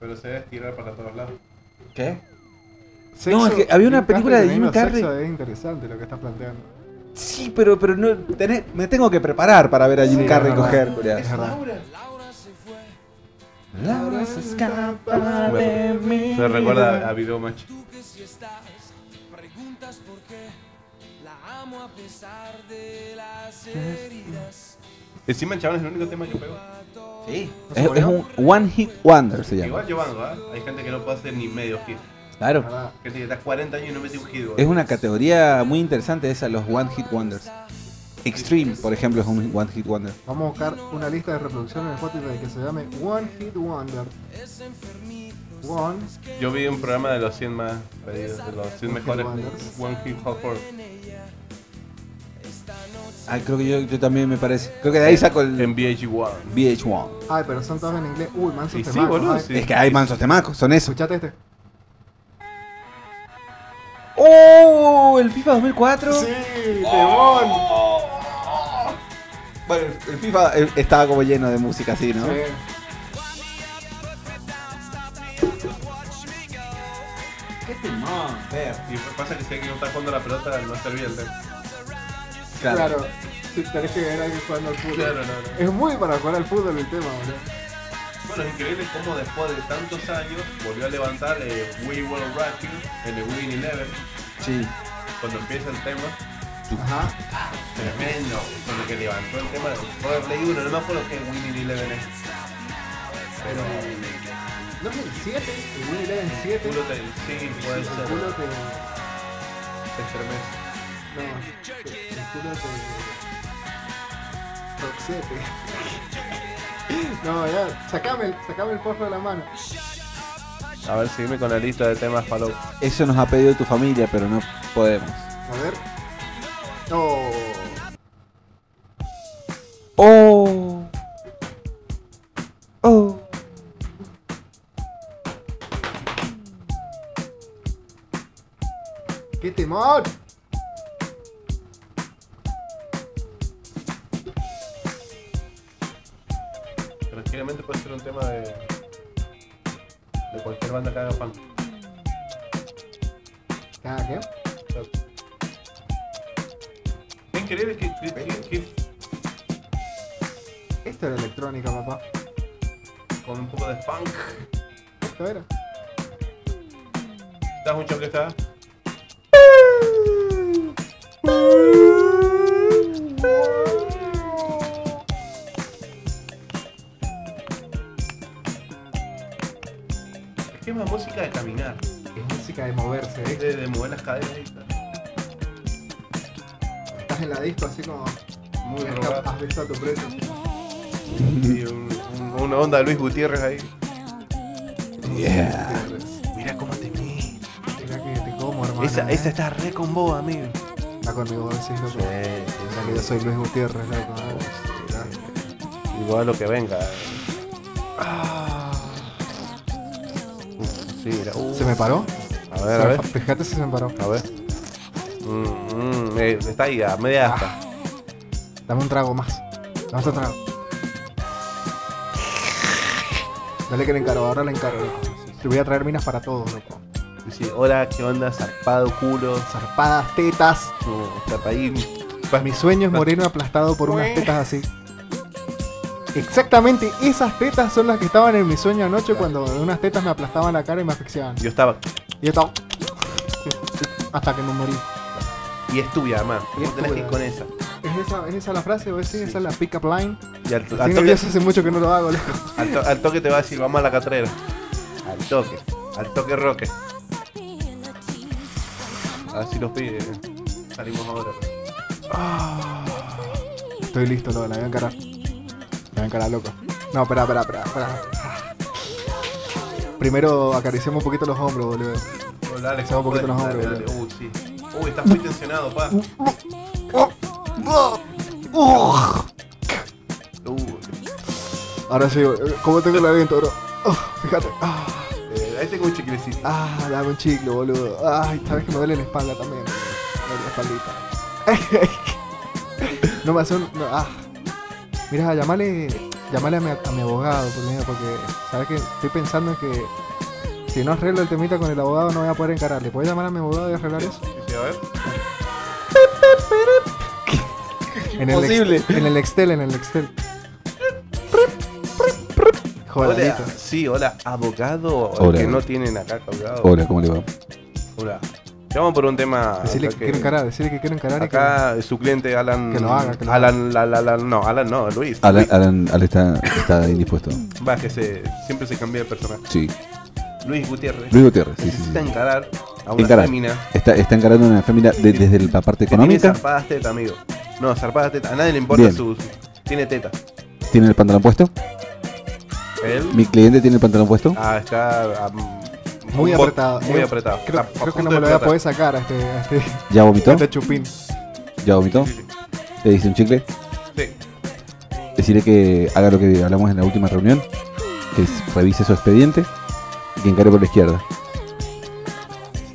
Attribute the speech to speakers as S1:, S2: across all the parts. S1: Pero se debe estirar para todos lados.
S2: ¿Qué?
S3: Sexo-
S2: es que había una
S3: Jim Carrey
S2: película de
S3: teniendo
S2: Jim Carrey.
S3: sexo Es interesante lo que estás planteando.
S2: Sí, pero, pero no. tenés- me tengo que preparar para ver a Jim
S3: Sí,
S2: Carrey
S3: es verdad.
S2: coger, Julián.
S1: Es
S3: verdad.
S1: Laura.
S2: Laura se escapa de mí.
S1: Se recuerda a Video Match.
S4: Tú que si estás, preguntas por qué la amo a pesar de las heridas.
S1: Encima el chabón es el único tema que pegó.
S2: Sí.
S3: ¿No se
S2: Es, es
S3: murió?
S2: un One Hit Wonder se llama.
S1: Igual yo banco, ¿ah? Hay gente que no puede hacer ni medio hit.
S2: Claro.
S3: Verdad.
S1: Gente que está 40 años y no mete un hit.
S2: Es una categoría muy interesante esa, los One Hit Wonders. Extreme, por ejemplo, es un One Hit Wonder.
S3: Vamos a buscar una lista de reproducción en Spotify que se llame One Hit Wonder. One
S1: Yo vi un programa de los 100 más pedidos, de los 100
S3: One Hit
S1: mejores
S3: Wonders.
S1: One Hit Hopper.
S2: Ah, creo que yo, yo también me parece. Creo que de ahí saco el
S1: En VH1.
S2: VH1.
S3: Ay, pero son todos en inglés. Uy, manso
S1: Y sí,
S3: temacos,
S1: boludo,
S3: ay.
S1: sí.
S2: Es que hay mansos temacos, son eso.
S3: Escuchate este.
S2: ¡Oh! El FIFA 2004.
S3: temón.
S2: Oh. Bueno, el- el FIFA eh, estaba como lleno de música así, ¿no?
S3: Sí.
S1: Y pasa que si alguien no está jugando la pelota, no está bien. ¿eh?
S2: Claro.
S3: Claro. Si tenés que ver a alguien jugando al fútbol.
S1: Claro, no, no.
S3: Es muy para jugar al fútbol el tema, boludo.
S1: Bueno, es increíble cómo después de tantos años volvió a levantar eh, We Will Rock You en el Win Eleven
S2: Sí.
S1: cuando empieza el tema.
S3: Ajá.
S1: Tremendo, con lo que levantó el tema de Power Play 1, no me acuerdo qué Winning Eleven es. Pero
S3: No sé, 7. El Win Eleven 7.
S1: el culo te. Sí, puede
S3: El culo
S1: ser.
S3: te.
S1: Te estremece.
S3: No. El culo te. Toxete. No, ya. Sacame el, sacame el porro de la mano.
S1: A ver, seguime con la lista de temas Fallout.
S2: Eso nos ha pedido tu familia, pero no podemos.
S3: A ver. Oh.
S2: ¡Oh! ¡Oh!
S3: ¡Qué temor!
S1: Tranquilamente puede ser un tema de. de cualquier banda que haga fan.
S3: ¿Cada qué?
S1: Es increíble que. que- que- que
S3: Esto era electrónica, papá.
S1: con un poco de funk.
S3: Esto era.
S1: ¿Estás mucho que está? Es que es más música de caminar,
S3: Es música de moverse, ¿eh?
S1: de, de mover las caderas. y-
S3: Estás en la disco así como.
S1: Muy
S3: Esca-
S1: rogado.
S3: Has besado a tu preso.
S1: Y un- un- una onda de Luis Gutiérrez ahí.
S2: Yeah.
S1: Mira cómo te mira.
S3: Mira que te como, hermano.
S1: Esa,
S3: ¿eh?
S1: esa está re con vos, amigo.
S3: Está conmigo, decís loco. Mira que yo soy Luis Gutiérrez, loco. ¿eh? Mirá.
S1: Igual lo que venga. Ah. Sí, mira.
S3: ¿Se me paró?
S1: A ver, a ver.
S3: Fíjate si se me paró.
S1: A ver. Mm, mm, eh, está ahí, a media asta.
S3: Dame un trago más. Dame otro trago. Dale que le encaro, ahora le encaro, loco. Te voy a traer minas para todos, loco.
S1: Dice, hola, ¿qué onda? Zarpado, culo.
S3: Zarpadas, tetas.
S1: mm, Zarpadín.
S3: Mi sueño es morirme aplastado por unas tetas así. Exactamente esas tetas son las que estaban en mi sueño anoche cuando unas tetas me aplastaban la cara y me asfixiaban.
S1: Yo estaba.
S3: Y yo estaba. Hasta que me morí.
S1: Y es tuya, además.
S3: Y es
S1: No tenés que ir
S3: tuya.
S1: con esa.
S3: ¿Es esa, ¿Es esa la frase? ¿O es, sí, esa es la pick-up line?
S1: Y al, al
S3: Estoy
S1: toque,
S3: nervioso hace mucho que no lo hago, loco.
S1: al to- al toque te va a decir, vamos a la catrera. Al toque. Al toque roque. Así los pide. Salimos ahora.
S3: Ah, Estoy listo, loco, la voy a encarar. La voy a encarar, loco. No, espera, espera, espera. espera. Primero acariciemos un poquito los hombros, boludo.
S1: Hola, Alex.
S3: Estaba un poquito
S1: ¿cómo
S3: más
S1: podés?
S3: hombre,
S1: Dale, Uh. dale. Uy, sí. Uy, estás muy tensionado, pa.
S3: Ah,
S1: Uy.
S3: Ahora sí, boludo. ¿cómo tengo el aliento, bro? Oh, fíjate. Ah.
S1: Eh, ahí tengo un chiquilecito.
S3: Ah, dame un chicle, boludo. Ay, sabes que me duele la espalda también. boludo. Me duele la espaldita. no me hace un. no, ah. Mira, llamale. Llamale a mi, a mi abogado, por ejemplo, porque sabes que estoy pensando en que si no arreglo el temita con el abogado no voy a poder encararle. ¿Puedes llamar a mi abogado y arreglar eso?
S1: Sí, a ver.
S3: En el ex-
S2: Imposible.
S3: en el Excel, en el Excel. Joder,
S1: Hola,
S3: Alito.
S1: sí, hola, abogado. el
S2: Hola.
S1: Que no tienen acá colgado.
S2: Hola, ¿cómo le va?
S1: Hola. Vamos por un tema.
S3: Decirle
S1: acá
S3: que quiero encarar, decirle que quiero encarar y que...
S1: Acá su cliente Alan.
S3: Que lo haga, que lo
S1: Alan, la- la- la- no, Alan no, Luis.
S2: Alan, ah. Alan- Alan está, está indispuesto.
S1: Luis, va, que se, siempre se cambia de personaje.
S2: Sí.
S1: Luis Gutiérrez.
S2: Luis Gutiérrez, sí, sí, sí.
S1: necesita encarar a una
S2: Encarar.
S1: fémina
S2: Está, está encarando una familia de- desde la parte
S1: que tiene
S2: económica.
S1: zarpadas tetas, amigo. No, zarpadas tetas. A nadie le importa
S2: Bien.
S1: sus. Tiene teta.
S2: Tiene el pantalón puesto.
S1: Él.
S2: Mi cliente tiene el pantalón puesto.
S1: Ah, está. ah, mm,
S3: Muy
S1: un bo-
S3: apretado.
S1: Muy
S3: Eh,
S1: apretado.
S3: Creo,
S1: Está a
S3: creo que
S1: punto
S3: no me
S1: de
S3: lo voy a
S1: explotar.
S3: poder sacar a este, a este, a
S2: Ya vomitó.
S3: este chupín.
S2: Ya vomitó. Le diste un chicle.
S1: Sí.
S2: Decirle que haga lo que hablamos en la última reunión. Que s- revise su expediente. Y que encare por la izquierda.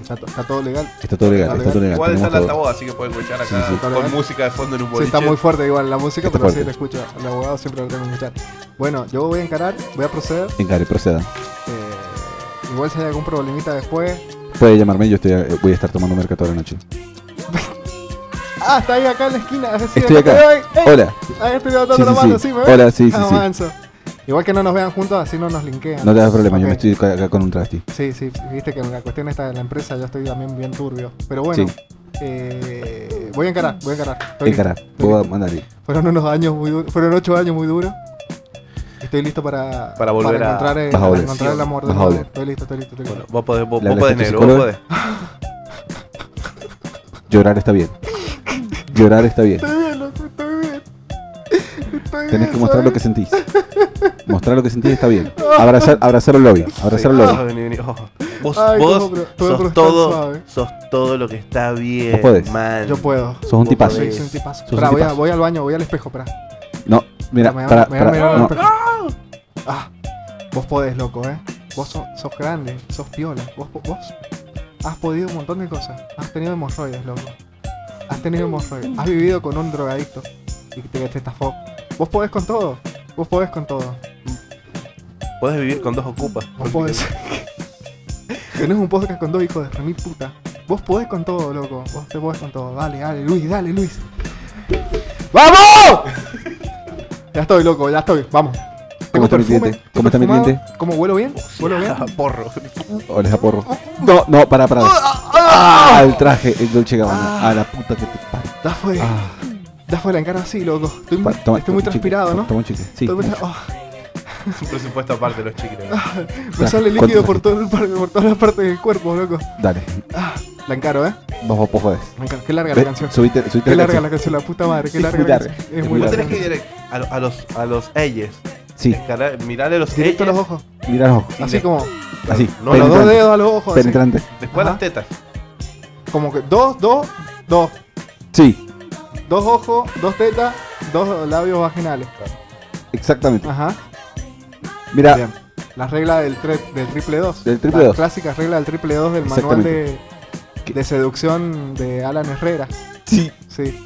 S3: Está, to- está todo legal.
S2: Está todo legal, está todo legal.
S1: Igual está
S2: Eh,
S1: el
S2: tenemos todo.
S1: altavoz, así que pueden escuchar acá
S2: Sí,
S3: sí.
S1: con música de fondo en un
S3: Sí,
S1: boliche.
S3: está muy fuerte igual la música,
S2: Está
S3: pero sí
S2: fuerte.
S3: la escucho. El abogado siempre lo tengo que escuchar. Bueno, yo voy a encarar, voy a proceder.
S2: Encare, proceda.
S3: eh, igual si hay algún problemita después.
S2: Puede llamarme, yo estoy, eh, voy a estar tomando merca toda la noche.
S3: Ah, está ahí acá en la esquina. es decir,
S2: Estoy acá.
S3: te doy. ¡Ey!
S2: Hola.
S3: Ahí estoy dando
S2: Sí,
S3: la
S2: sí,
S3: mano,
S2: sí.
S3: sí, me
S2: Hola,
S3: ves?
S2: sí, sí, sí.
S3: Avanzo. Igual que no nos vean juntos, así no nos linkean.
S2: No te das problema, yo
S3: Ok.
S2: me estoy acá acá con un travesti.
S3: Sí, sí, viste que en la cuestión esta de la empresa yo estoy también bien turbio. Pero bueno,
S2: Sí.
S3: eh, voy a encarar, voy a encarar. Estoy listo,
S2: Encarar,
S3: estoy
S2: voy a
S3: listo.
S2: mandarle.
S3: Fueron unos años muy duros, fueron ocho años muy duros. Estoy listo para,
S1: Para volver a-
S3: encontrar, el,
S2: Vas a
S3: para
S2: volver.
S3: encontrar el amor de
S2: Vas a
S3: nuevo.
S2: volver.
S3: Estoy listo, estoy listo, estoy
S1: Bueno,
S3: listo.
S1: vos podés, vos,
S2: ¿Le
S1: vos podés
S2: hablaste a tu
S1: negro, vos podés.
S2: psicóloga? Llorar está bien. Llorar está bien.
S3: Estoy bien, loco, estoy bien. Estoy
S2: Tenés que
S3: bien,
S2: mostrar lo que
S3: ¿sabes?
S2: sentís. Mostrar lo que sentís está bien. Abrazar, abrazar al lobby. Abrazar
S1: Sí.
S2: al lobby.
S1: Ah, vení, vení. Oh. Vos,
S3: Ay,
S1: vos
S3: cómo, pero- todo, pero
S1: sos
S3: es tan
S1: todo,
S3: suave.
S1: sos todo lo que está bien,
S2: Vos podés.
S1: man.
S3: Yo puedo.
S2: Sos un
S1: Vos
S2: tipazo.
S1: podés.
S3: Soy soy un tipazo.
S2: Sos un
S3: Pará, voy, a,
S2: tipazo.
S3: voy al baño, voy al espejo, pará.
S2: No, mira,
S3: Me voy a-
S2: para,
S3: me voy a mirar
S2: para,
S3: al
S2: no.
S3: espejo. Ah, vos podés, loco, eh. Vos so- sos, grande, sos piola. Vos, po- vos has podido un montón de cosas. Has tenido hemorroides, loco. Has tenido hemorroides. Has vivido con un drogadicto y te, te estafó. Vos podés con todo. Vos podés con todo.
S1: Podés vivir con dos ocupas.
S3: Vos podés. Tenés un podcast con dos hijos de remil puta. Vos podés con todo, loco. Vos te podés con todo. Dale, dale, Luis, dale, Luis. ¡Vamos! ya estoy, loco, ya estoy. Vamos.
S2: ¿Cómo
S3: Tengo
S2: está mi
S3: perfume,
S2: cliente?
S3: estoy
S2: ¿Cómo está mi
S3: perfumado.
S2: cliente?
S3: ¿Cómo huelo bien? ¿Huelo bien?
S1: Ah, Porro.
S2: Hola, es a porro. Oh, No, no, para, para. Ah, el traje, el Dolce
S3: Ah.
S2: Gabbana. A la puta que te parió.
S3: Ya fue,
S2: Ah,
S3: ya fue la encara así, loco. Estoy, muy-
S2: pa- toma-
S3: estoy muy
S2: toma un chicle,
S3: transpirado, ¿no?
S2: Toma un chicle. Sí.
S3: Estoy muy
S2: mucho.
S3: tra- oh,
S1: Es un presupuesto aparte los chicles.
S3: me
S2: Traje,
S3: sale
S2: ¿cuánto
S3: líquido por,
S2: trajiste?
S3: todo el par- por todas las partes del cuerpo, loco.
S2: Dale,
S3: Ah, la encaro, ¿eh?
S2: vos, vos, vos podés.
S3: La encaro. Qué larga
S2: Ve,
S3: la canción.
S2: Subite, subite
S3: Qué
S2: la
S3: larga la
S2: canción.
S3: canción, la puta madre. Qué
S2: Es
S3: larga
S2: muy
S3: la
S2: larga,
S3: canción.
S2: es muy
S3: Es muy
S1: Vos
S2: Claro.
S1: tenés
S3: larga.
S1: que ir a- a, lo- a los a los ellos.
S2: Sí,
S1: Encarar- mirarle los
S3: Directo a los
S1: ellos,
S3: ojos.
S2: mirá los ojos.
S1: Sí,
S3: Así
S1: de-
S3: como,
S2: Así.
S1: No,
S3: con los dos
S2: penetrante,
S3: dedos a los ojos. así.
S2: Penetrante.
S1: después a las
S3: Ajá.
S1: tetas.
S3: Como que dos, dos, dos.
S2: Sí,
S3: Dos ojos, dos tetas, dos labios vaginales.
S2: exactamente.
S3: Ajá.
S2: Mira,
S3: Bien. La regla del, tre- del triple 2.
S2: Del triple
S3: la
S2: dos.
S3: clásica regla del triple 2 del manual de,
S2: Que-
S3: de seducción de Alan Herrera.
S2: sí,
S3: Sí,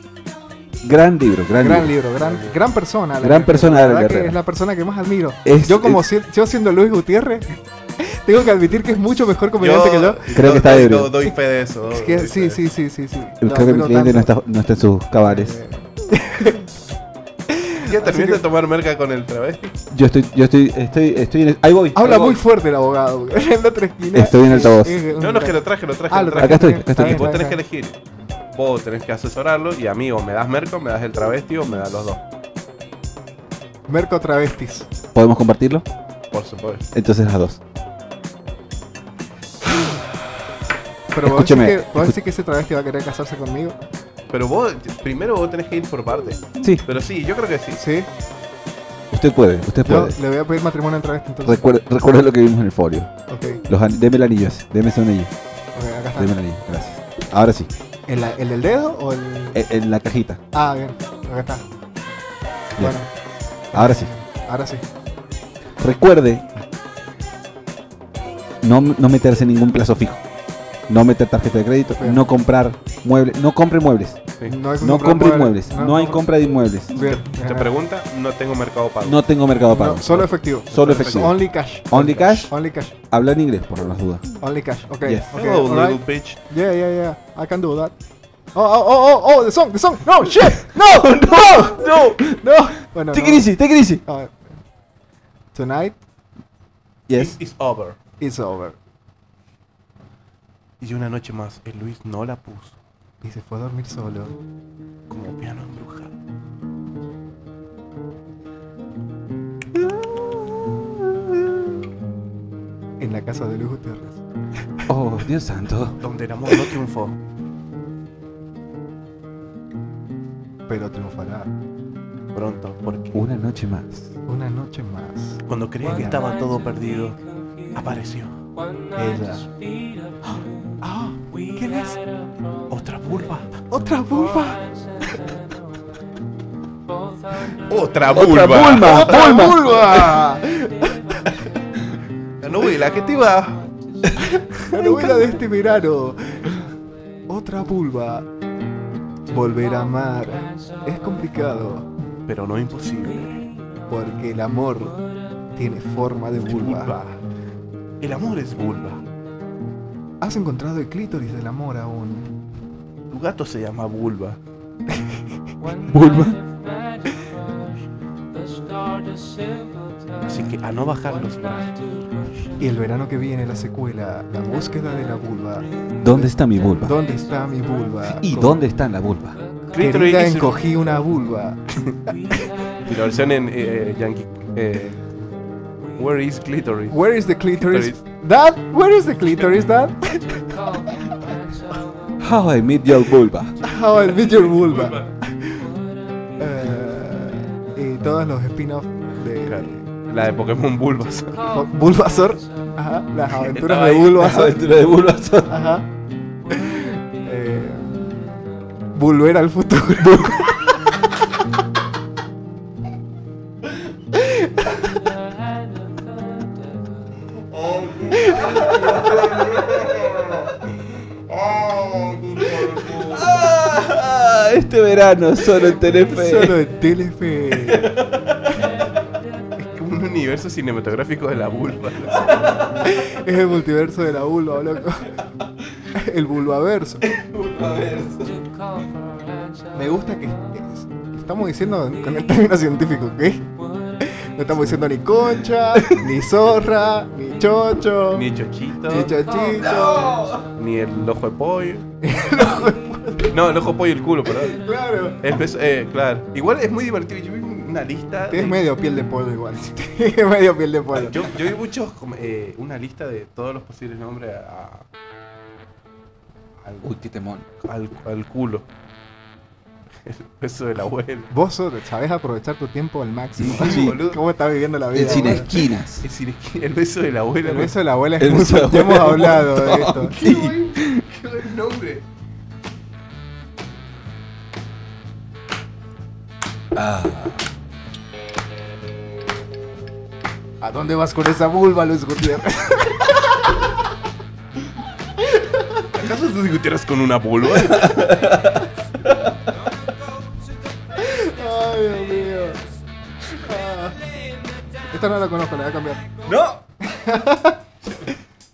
S2: gran libro, gran,
S3: gran
S2: libro.
S3: libro, gran, gran persona. Alan
S2: Gran
S3: Herrera.
S2: persona,
S3: La
S2: Alan
S3: verdad que
S2: Herrera.
S3: Es la persona que más admiro.
S2: Es-
S3: yo como
S2: es-
S3: si- yo siendo Luis Gutiérrez, tengo que admitir que es mucho mejor comediante que yo.
S2: Creo que está
S1: doy,
S2: ebrio.
S1: doy- doy fe de eso. doy-
S3: Que-
S1: doy fe
S3: sí,
S1: de
S3: sí, sí, sí, sí. Lo
S2: Creo que mi
S3: admiro
S2: cliente no
S3: tanto.
S2: está, no está en sus cabales.
S3: Eh.
S1: eso. Ya terminaste de tomar merca con el travesti.
S2: Yo estoy, yo estoy, estoy, estoy en el, ahí voy.
S3: Habla
S2: ahí voy.
S3: muy fuerte el abogado. en la otra esquina.
S2: Estoy en altavoz.
S3: Es un-
S1: No, no, es que lo traje, lo traje,
S3: Ah,
S1: lo
S3: lo
S1: traje.
S2: Acá estoy, acá
S3: Está
S2: estoy.
S3: bien,
S1: Vos
S3: está
S1: tenés
S3: bien,
S1: que
S3: está bien.
S1: elegir. Vos tenés que asesorarlo y amigo, me das merca, o me das el travesti o me das los dos.
S3: Merco travestis.
S2: ¿Podemos compartirlo?
S1: Por supuesto.
S2: Entonces las dos.
S3: Pero vos decís,
S2: Escúchame,
S3: que, vos
S2: escu-
S3: decís que ese travesti va a querer casarse conmigo.
S1: Pero vos, primero vos tenés que ir por partes.
S2: Sí,
S1: Pero sí, yo creo que sí.
S3: Sí,
S2: usted puede, usted
S3: yo
S2: puede.
S3: le voy a pedir matrimonio al travesti entonces.
S2: Recuerda, recuerda lo que vimos en el folio.
S3: Ok,
S2: Los an- deme el anillo ese, deme ese anillo,
S3: ok, acá
S2: deme
S3: está.
S2: el anillo, gracias. Ahora sí,
S3: ¿El, el del dedo o el.?
S2: en, en la cajita.
S3: Ah, bien, acá está.
S2: Bien.
S3: Bueno,
S2: Ahora sí.
S3: ahora sí.
S2: Recuerde no, no meterse en ningún plazo fijo. No meter tarjeta de crédito,
S3: Bien.
S2: no comprar muebles, no compre muebles.
S1: Sí.
S3: No, hay que
S2: No
S3: comprar Ah,
S2: compre inmuebles. No hay compra de inmuebles.
S3: Bien,
S1: Te
S3: eh,
S1: pregunta, no tengo mercado pago.
S2: No tengo mercado
S3: no,
S2: pago.
S3: solo efectivo.
S2: Solo efectivo.
S3: Only cash.
S2: Only cash.
S3: Only cash.
S2: Habla en inglés, por las dudas.
S3: Only cash. Okay.
S2: Yes.
S3: okay.
S1: Hello,
S3: alright.
S1: little bitch.
S3: Yeah, yeah, yeah. I can do that. Oh, oh, oh, oh, oh, the song, the song. No, shit. No, no,
S2: No,
S3: no. Bueno,
S2: take
S3: no.
S2: it easy, take it easy.
S3: Uh, tonight
S2: Yes.
S1: It is over.
S3: is over.
S1: Y una noche más, el Luis no la puso.
S3: Y se fue a dormir solo.
S1: Como piano embrujado.
S3: En la casa de Luis Gutiérrez.
S2: Oh, Dios santo.
S1: Donde el amor no triunfó.
S3: Pero triunfará
S1: Pronto, porque
S2: Una noche más.
S3: una noche más.
S1: cuando creía que estaba todo perdido, apareció
S3: Ella.
S1: Ah, ¿quién es? otra vulva.
S3: ¡Otra vulva!
S1: ¡Otra
S2: ¡Otra Bulma! ¡Bulma!
S3: vulva!
S1: La novela que te va.
S3: La novela de este verano. Otra vulva. Volver a amar es complicado
S1: Pero no imposible.
S3: porque el amor tiene forma de vulva.
S1: El amor es vulva.
S3: ¿Has encontrado el clítoris del amor aún?
S1: Tu gato se llama vulva. Así que a no bajar los brazos.
S3: Y el verano que viene la secuela, la búsqueda de la vulva.
S2: ¿Dónde está mi vulva?
S3: ¿Dónde está mi vulva?
S2: ¿Y dónde está la vulva?
S1: Clítoris
S3: Querida,
S1: es-
S3: encogí una vulva.
S1: Y la versión en eh, eh, Yankee. eh, Where is clitoris?
S3: Where is the clitoris? Dad, where is the clitoris, dad?
S2: How I meet your vulva.
S3: How I Met Ah, Your Vulva. Eh, y todos los spin-offs de
S1: La de Pokémon Bulbas.
S3: Bulbasaur. Ajá, las aventuras
S1: Estaba
S3: de
S1: ahí.
S2: Las
S3: Bulbasaur.
S2: aventuras de vulva son-
S3: Ajá. Eh, volver al futuro.
S2: Ah, este verano solo en Telefe.
S3: Solo en Telefe.
S1: Es como un universo cinematográfico de la vulva.
S3: Es el multiverso de la vulva, loco. El vulvaverso. Me gusta que es- estamos diciendo con el término científico, ¿ok? No estamos diciendo ni concha, ni zorra, ni chocho,
S1: Ni
S3: ni
S1: chochito.
S3: chachito.
S1: Ni el ojo de pollo. No, el ojo de pollo y el culo, perdón.
S3: Claro.
S1: El beso- eh, claro. Igual es muy divertido. Yo vi una lista.
S3: Tienes
S1: de-
S3: medio piel de pollo igual. Tienes medio piel de pollo.
S1: Yo, yo vi muchos. como, eh, una lista de todos los posibles nombres a- a- al,
S2: Uy, qué temón.
S1: al, al culo. El beso del abuelo.
S3: Vos solo sabés aprovechar tu tiempo al máximo.
S1: Sí, boludo.
S3: ¿Cómo estás viviendo la vida?
S2: El cine
S3: boludo?
S2: esquinas.
S1: Es decir, es que el beso de la abuela.
S3: El
S1: güey.
S3: beso de la abuela es
S2: El
S3: muy
S2: beso de la
S3: ya hemos
S2: abuela es
S3: hablado de
S2: un
S3: esto.
S2: montón.
S1: Qué buen- qué buen nombre.
S2: Ah,
S3: ¿A dónde vas con esa vulva, Luis Gutiérrez?
S1: ¿Acaso tú discutieras con una vulva?
S3: Ay, Dios mío. Ah. Esta no la conozco, la voy a cambiar.
S1: ¡No!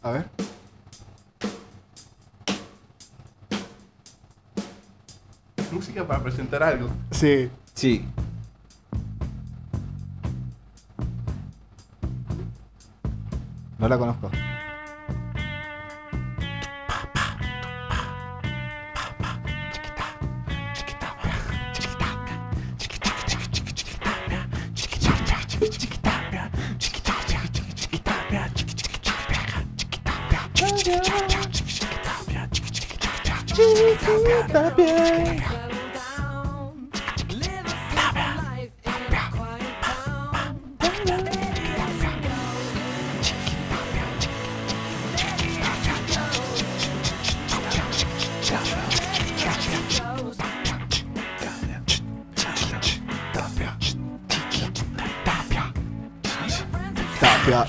S3: A ver.
S1: Música para presentar algo.
S3: Sí.
S2: sí.
S3: No la conozco. Tapia.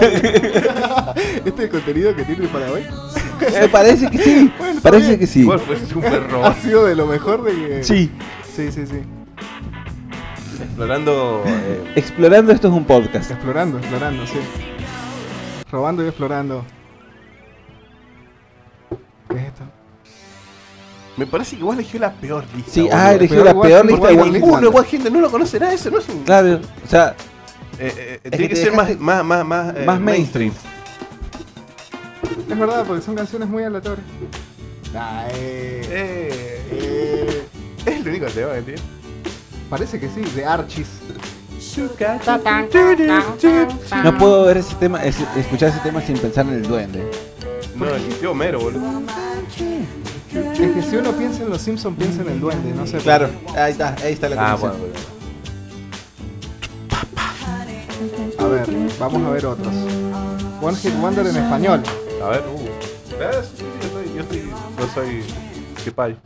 S3: Este es el contenido que tiene para hoy.
S2: Eh, parece que sí.
S3: Bueno, está
S2: parece
S3: bien.
S2: que sí.
S1: Igual fue súper
S3: Ha
S1: robado.
S3: sido de lo mejor de que.
S2: Sí.
S3: Sí, sí, sí.
S1: Explorando. eh,
S2: Explorando esto es un podcast.
S3: Explorando, explorando, sí. Robando y explorando. ¿Qué es esto?
S1: me parece que vos eligió la peor lista.
S2: Sí,
S1: boludo.
S2: ah, eligió
S3: Pero
S2: la
S3: igual-
S2: peor
S3: igual
S2: lista
S1: Porque
S2: de
S3: igual
S2: One Piece.
S1: ninguno, igual gente no lo conocerá, eso no es un.
S2: Claro, o sea,
S1: Eh, eh,
S2: Es
S1: tiene
S2: que
S1: que
S2: te
S1: ser más,
S2: dejaste-
S1: más, más, más, eh,
S2: más mainstream.
S3: Es verdad, porque son canciones muy aleatorias. Ah, eh,
S1: Eh,
S3: eh,
S1: es el único tema que tiene.
S3: Parece que sí, de Archis.
S2: No puedo ver ese tema, es- escuchar ese tema sin pensar en el duende.
S1: No, eligió Homero, boludo.
S3: Es que si uno piensa en los Simpsons, piensa en el duende, no sé.
S2: ahí está, ahí está
S1: Ah,
S2: conexión.
S1: bueno, boludo.
S3: A ver, vamos a ver otros. One Hit Wonder en español.
S1: A ver, uh. Ah, sí, sí, yo soy. Yo soy. Yo soy. ¿Qué payo?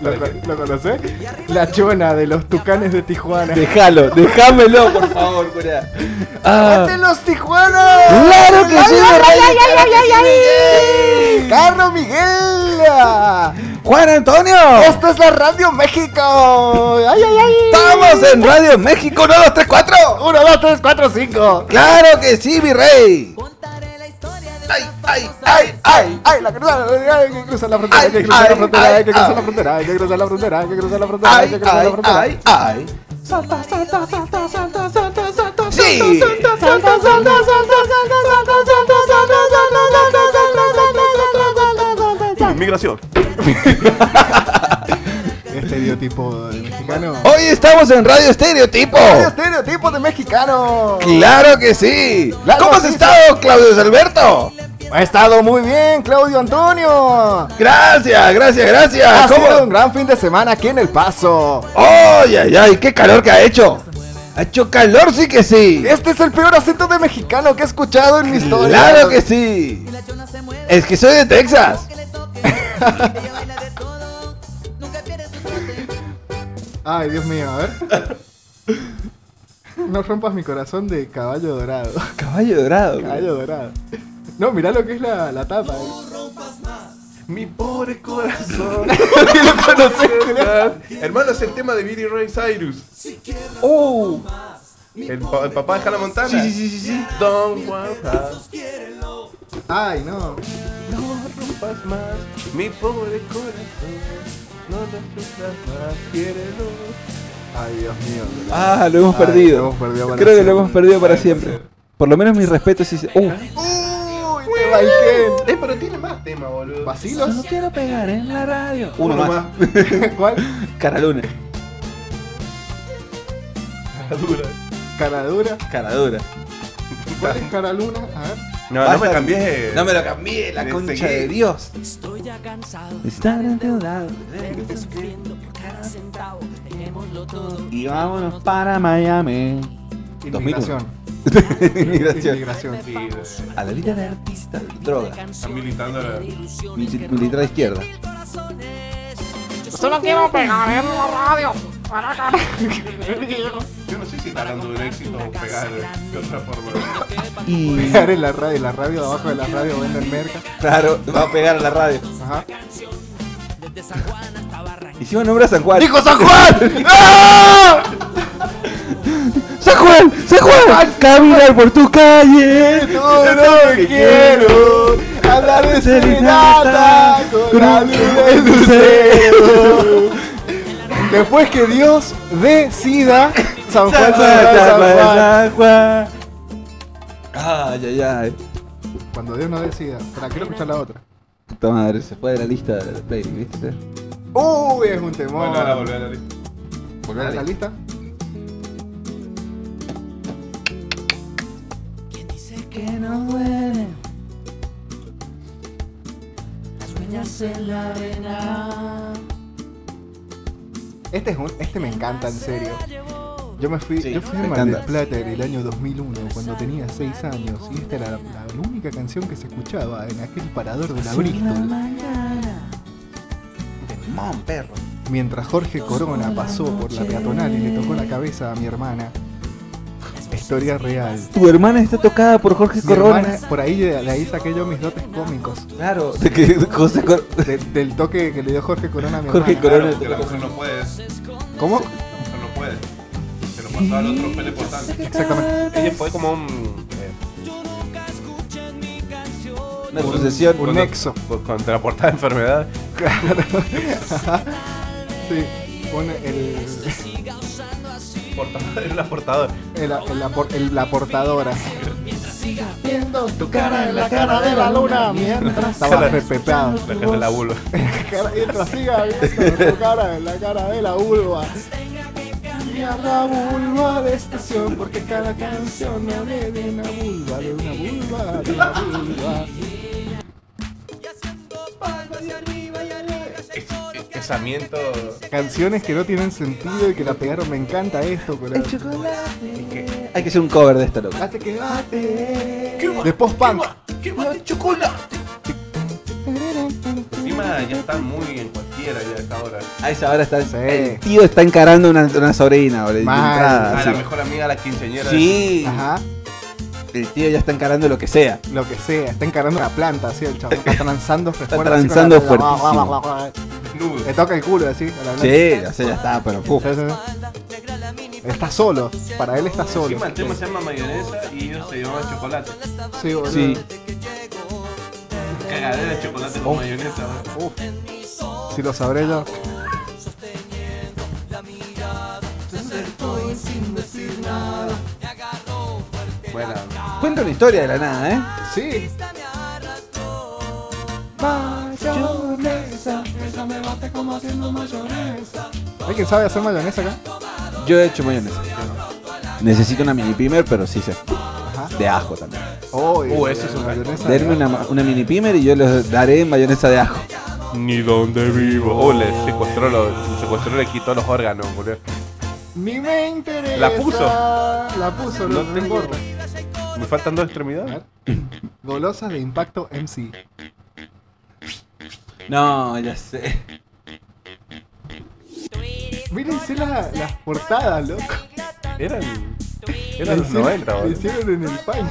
S3: ¿Lo, co- lo conocés? La chona de los tucanes de Tijuana.
S2: Déjalo, déjamelo, por favor, cura. Ah,
S3: los Tijuana!
S2: ¡Claro que sí,
S3: ¡Carlos Miguel!
S2: ¡Juan Antonio!
S3: ¡Esto es la Radio México! ¡Ay, ay, ay!
S2: ¡Estamos en Radio México 9234!
S3: 1, 2, 3, 4, 5.
S2: ¡Claro que sí, mi rey!
S5: Contaré la historia de
S2: ¡Ay,
S5: una
S2: ay,
S5: famosa
S2: ay, ay!
S3: ¡Ay, la cruzada! ¡Hay que cruzar la frontera! ¡Hay que cruzar la frontera! ¡Hay que cruzar la frontera! ¡Hay que cruzar la frontera! ¡Hay que cruzar la frontera! ¡Hay
S2: ¡Ay,
S3: que cruzar la
S2: ay,
S3: frontera!
S2: ay, ay!
S5: Salta, salta, salta, salta, salta, salta,
S2: ¡Sí!
S5: salta, salta, salta,
S1: Inmigración.
S3: Estereotipo Este de mexicano. Este
S2: Hoy estamos en Radio Estereotipo.
S3: estereotipo de mexicano!
S2: ¡Claro que sí!
S3: Claro
S2: ¿Cómo has
S3: que sí.
S2: estado, Claudio Alberto?
S3: Ha estado muy bien, Claudio Antonio.
S2: Gracias, gracias,
S3: Ha
S2: gracias.
S3: sido un
S2: Ah, ¿Cómo?
S3: gran fin de semana aquí en El Paso.
S2: ¡Ay, ay, ay! ¡Qué calor que ha hecho! Ha hecho calor, sí que sí.
S3: Este es el peor acento de mexicano que he escuchado en mi historia.
S2: Claro que sí.
S5: La chona se mueve,
S2: Es que soy de Texas.
S5: que le toque, ella baila de todo, nunca pierde su trote.
S3: Ay, Dios mío, a ver. No rompas mi corazón de caballo dorado.
S2: Caballo dorado.
S3: Caballo dorado. No, mirá lo que es la, la tapa. eh.
S1: Mi pobre corazón.
S3: lo conocés,
S1: Hermano, es el tema de Billy Ray Cyrus.
S2: Oh.
S1: El, pa- el papá de Hannah Montana.
S2: Sí, sí, sí, sí, sí.
S1: Don't want us,
S3: Ay, no.
S1: no rompas más. Mi pobre corazón. No lo sufras más. Quiérelo.
S3: Ay, Dios mío.
S2: Ah, lo hemos
S3: Ay,
S2: perdido.
S3: lo hemos perdido para
S2: Creo que
S3: siempre.
S2: lo hemos perdido para siempre. Por lo menos mi respeto sí se... Uh.
S3: Uy, te bajé.
S1: Eh, pero tiene más tema, boludo.
S3: ¿Vacilos?
S2: quiero pegar en la radio. Uno,
S1: Uno
S2: más.
S1: más.
S3: ¿Cuál?
S2: Caraluna.
S1: Cara dura.
S3: ¿Cara dura?
S2: Caradura.
S3: ¿Cuál es cara luna? A ver.
S1: No, no me cambié.
S2: No me lo cambié, la
S1: de
S2: concha
S1: seguir.
S2: de Dios.
S5: Estoy ya cansado
S2: Estar endeudado.
S5: de verte sufriendo por cada centavo, dejémoslo todo.
S2: Y vámonos para Miami. 2001.
S3: Inmigración.
S2: Inmigración.
S3: Inmigración.
S1: Sí, eh,
S2: A la vida de artista, droga.
S1: Están militando la.
S2: Mil- Militar izquierda.
S4: Solo quiero pegar en la radio. Para acá.
S1: Yo no sé si está hablando de un éxito o pegar de otra forma.
S2: Y
S3: Pegar en la radio, en la radio, abajo de la radio venden merca.
S2: claro, va a pegar a la radio.
S3: Ajá.
S2: Hicimos nombre a San Juan.
S3: ¡Dijo San Juan!
S2: ¡San Juan! ¡San Juan! Caminar por tu calle.
S3: Todo lo que quiero andar de serenata con la luna en tu cero. Después que Dios decida San Juan, San Juan, San Juan.
S2: San Juan. Ay, ay, ay.
S3: Cuando Dios no decida, para quiero escuchar la otra.
S2: Puta madre, se fue de la lista de la play, ¿viste?
S3: Uy, es un temor.
S6: Bueno, ahora volver a la lista.
S2: Volver
S3: ¿Está lista?
S7: Quien dice que no duele, las huellas en la arena.
S3: Este es un, este me encanta, en serio. Yo me fui,
S6: Sí,
S3: yo fui
S2: me
S3: a Mar del
S2: encanta.
S3: Plata en el año 2001, cuando tenía 6 años, y esta era la, la única canción que se escuchaba en aquel parador de la Bristol.
S7: mañana.
S2: Mon, perro.
S3: Mientras Jorge Corona pasó por la peatonal y le tocó la cabeza a mi hermana. Historia real.
S2: Tu hermana está tocada por Jorge
S3: Mi
S2: Corona.
S3: hermana, por ahí, de de ahí saqué yo mis dotes cómicos.
S2: Claro, de que José Cor-
S3: de- del toque que le dio Jorge Corona a mi
S2: Jorge
S3: hermana.
S2: Corona.
S6: Claro, porque la mujer no puede. La
S3: ¿Cómo?
S6: mujer no puede. Se lo pasaba al otro pele portante.
S3: Exactamente.
S1: Ella fue como un. eh,
S2: Una sucesión.
S3: Un nexo.
S1: co- contraportada enfermedad.
S3: Sí. Un- el,
S6: Portante era
S1: La portadora.
S3: El- el apor- el- la portadora.
S7: Viendo tu
S3: Cara en la cara de la luna mientras estaba
S1: Cara-
S3: repepeado.
S1: La cara de la vulva.
S3: Cara- Mientras siga viendo tu cara en la cara de la vulva. Cambia la vulva de estación porque cada canción me hable de una vulva, de una vulva, de una vulva.
S6: Es- es Casamiento.
S3: Canciones que no tienen sentido y que la pegaron. Me encanta esto, pero.
S2: Hay que hacer un cover de esta loca.
S3: Date que date. De post-punk.
S6: Encima ya está muy en cualquiera ya a esta hora.
S2: A esa hora está.
S3: Sí.
S2: El tío está encarando una, una sobrina, boludo.
S3: Mal.
S1: Ah,
S2: entrada,
S6: A
S2: sí.
S6: la mejor amiga, la quinceañera.
S2: Sí,
S3: Ajá.
S2: el tío ya está encarando lo que sea.
S3: lo que sea, está encarando una planta, así el chabón está transando refuerzo, así
S2: transando
S3: con la-
S2: fuertísimo.
S6: Desnudo.
S3: Le toca el culo así, a la
S2: Sí, ya sé, ya está, pero puf.
S3: Está solo, para él está solo.
S6: Encima el tema se llama mayonesa y ellos se llaman chocolate.
S3: Sí, boludo.
S2: Sí.
S6: Cagadera de chocolate
S1: Oh.
S6: con mayonesa. ¿verdad?
S3: Uf. Si lo sabré yo.
S2: Bueno, cuenta una historia de la nada, ¿eh?
S3: Sí. ¿Alguien sabe hacer mayonesa acá?
S2: Yo he hecho mayonesa. Necesito una mini pimer, pero sí sé.
S3: Ajá.
S2: De ajo también.
S3: Oh, y
S1: Uh, eso es un-
S3: mayonesa.
S2: Denme una, ma- una mini pimer y yo les daré mayonesa de ajo.
S1: Ni donde vivo. Oh, le secuestró, los, le secuestró, le quitó los órganos, boludo.
S3: Ni me interesa.
S1: La puso.
S3: La puso,
S1: No
S3: no, no
S1: tengo-
S3: importa.
S1: Me faltan dos extremidades.
S3: Golosas de impacto MC.
S2: No, ya sé.
S3: Mírense la- las portadas, loco.
S1: Eran. Eran
S3: La
S1: los
S3: hicieron-
S1: 90,
S3: la
S1: boludo.
S3: hicieron en el país.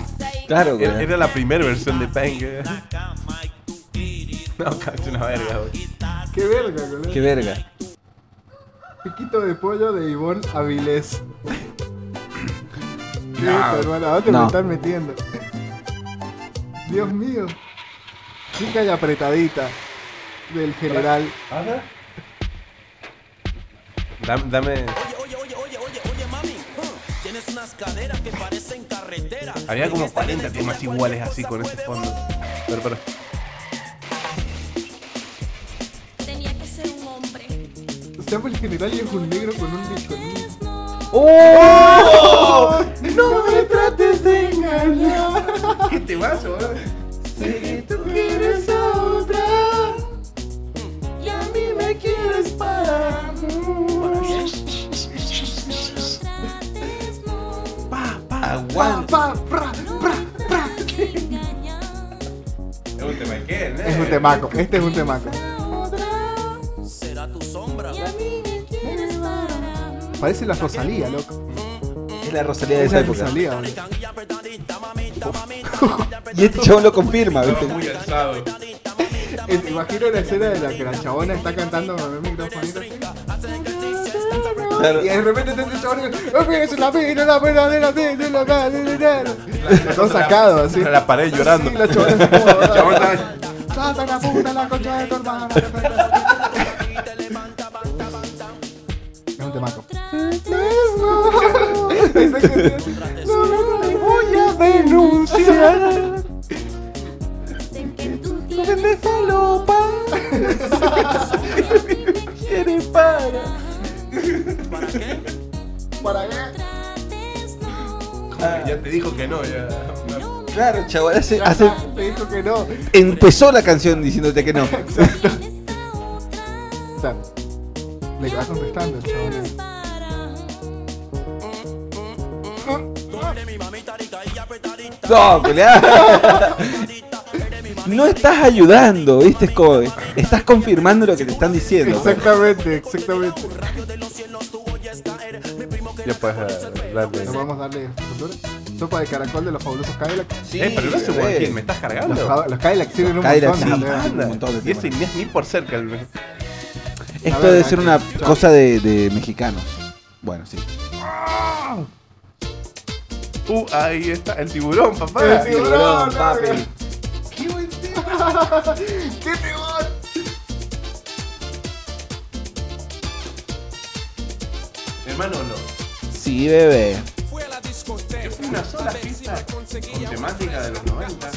S2: Claro, güey.
S1: Era, era la primera versión de Pang. eh. No, cacho, una verga, boludo.
S3: Qué verga, boludo.
S2: Qué verga.
S3: Piquito de pollo de Ivonne Avilés. Qué verga, hermano, ¿a dónde me
S2: No.
S3: están metiendo? Dios mío. Chica y apretadita. Del general.
S1: Dam- Dame.
S4: Oye, oye, oye, oye, oye, mami. huh, Tienes unas caderas que parecen carretera.
S1: Había como 40 temas iguales así con ese fondo. Pero, pero.
S5: Tenía que ser un hombre.
S3: Se llama el general y es un negro con un disco.
S2: ¡Oh!
S3: No me trates de engañar.
S6: ¿Qué te vas, boludo?
S3: ¿eh? Tú quieres a otra.
S5: Y a mí
S3: Y me quieres para.
S5: trates mal,
S2: Aguanta.
S3: Pa, pra, pra.
S5: me engañar.
S6: Es un tema de qué,
S3: Es un temaco, este es un temaco.
S4: Será tu sombra.
S5: Y a mí me quieres para mí.
S3: Parece la Rosalía, loco.
S2: Es la Rosalía de esa
S3: Una
S2: época.
S3: Rosalía, boludo.
S2: Y este chabón lo confirma,
S6: Estaba
S2: ¿viste?
S6: muy alzado.
S3: Eh, Te imagino la escena de la que la chabona está cantando con el microfonito así.
S2: Claro.
S3: Y de repente te este chabón y "Oh, mira, es la vida, la verdadera vida, la verdadera". Todo sacado así.
S1: Era la pared llorando.
S3: Sí, la chabona así como,
S6: El chabón está-
S3: "Sata la puta, la concha de tu hermana". Es un temaco. No me voy a denunciar.
S5: Sé que tú tienes valor.
S3: madre.
S8: ¿Para qué?
S3: ¿Para qué?
S6: Ya te dijo que no, ya. No.
S2: Claro, chaval, hace, hace-
S3: Te dijo que no.
S2: empezó la canción diciéndote que no.
S3: O sea, le va contestando el eh. chaval.
S2: No, pelea. No estás ayudando, ¿viste? Es como, estás confirmando lo que te están diciendo.
S3: Exactamente, exactamente.
S1: Ya puedes darle.
S3: Nos vamos a eh, darle cultura. sopa de caracol de los fabulosos Cadillacs.
S6: Sí,
S1: eh, pero no sé por
S2: bebé.
S1: quién, me estás
S3: Los,
S1: cargando.
S3: ca- los Cadillacs tienen un
S2: Cadillacs,
S3: montón.
S2: sí.
S3: de-
S2: Ah,
S1: Anda,
S2: un montón de
S1: y ese
S2: temas.
S1: ni es ni por cerca. el-
S2: Esto debe ser una cosa de, de mexicanos. Bueno, sí.
S1: Uh, ahí está, el tiburón, papá.
S3: El tiburón.
S2: Tiburón,
S3: ¡Qué buen tema! ¡Qué temón!
S6: Hermano, no.
S2: Sí, bebé.
S6: Yo fui a una sola fiesta con temática de los 90.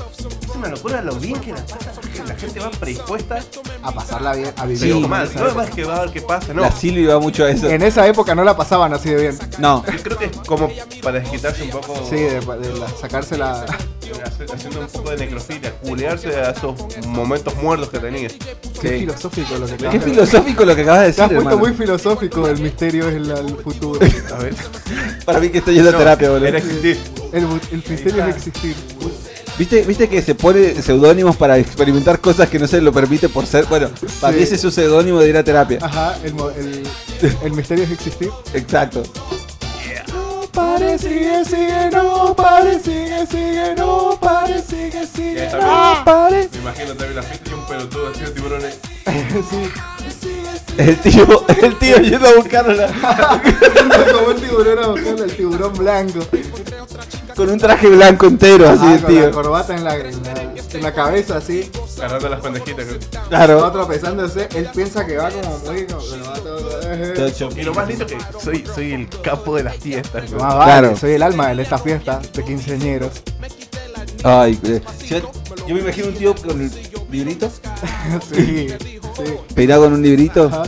S6: Es una locura lo bien que la pasa. porque La gente va predispuesta.
S3: A pasarla bien, a vivir.
S6: Pero
S2: Sí,
S6: mal.
S3: ¿sabes?
S6: No es que va a ver qué pasa, no.
S2: La Silvi va mucho a eso.
S3: En esa época no la pasaban así de bien.
S2: No,
S6: Yo creo que es como para desquitarse un poco.
S3: Sí, de, de la- sacarse la.
S6: hace- haciendo un poco de necrofilia, culearse a esos momentos muertos que tenía.
S3: Qué filosófico lo que acabas
S2: qué
S3: de-
S2: filosófico lo que acabas de
S3: Te has
S2: decir,
S3: puesto
S2: hermano.
S3: muy filosófico el misterio es el, el futuro.
S6: A ver.
S2: Para mí que estoy yendo a terapia, boludo.
S6: Era existir.
S3: El, bu- el misterio es existir.
S2: ¿Viste, viste que se pone seudónimos para experimentar cosas que no se lo permite por ser. Bueno, para mí
S3: Sí. Ah.
S2: ese es su seudónimo de ir a terapia.
S3: Ajá, el, mo- el, el misterio es existir.
S2: Exacto.
S3: No pare, sigue, sigue, no pare, sigue, sigue, no pare, sigue,
S6: Ya
S3: sigue,
S6: está
S3: no
S6: bien.
S3: pare.
S6: Me imagino también la fiesta y un pelotudo haciendo tiburones.
S3: Sí.
S2: El tío, el tío yendo a
S3: Ah,
S2: buscarla
S3: Como el tiburón a buscarle el tiburón blanco.
S2: con un traje blanco entero, así
S3: Ah,
S2: el
S3: con la
S2: tío.
S3: corbata en la, en la, en la cabeza, así.
S6: Agarrando las pendejitas. creo.
S3: Va
S2: Claro.
S3: tropezándose. Él piensa que va como muy. como que va todo-
S6: Y lo más lindo es que soy, soy el capo de las fiestas. ¿no?
S3: Más vale,
S2: Claro.
S3: soy el alma de esta fiesta de quinceañeros.
S2: Ay, eh, yo, yo me imagino un tío con el librito,
S3: sí, sí.
S2: peinado con un librito.
S3: Ajá.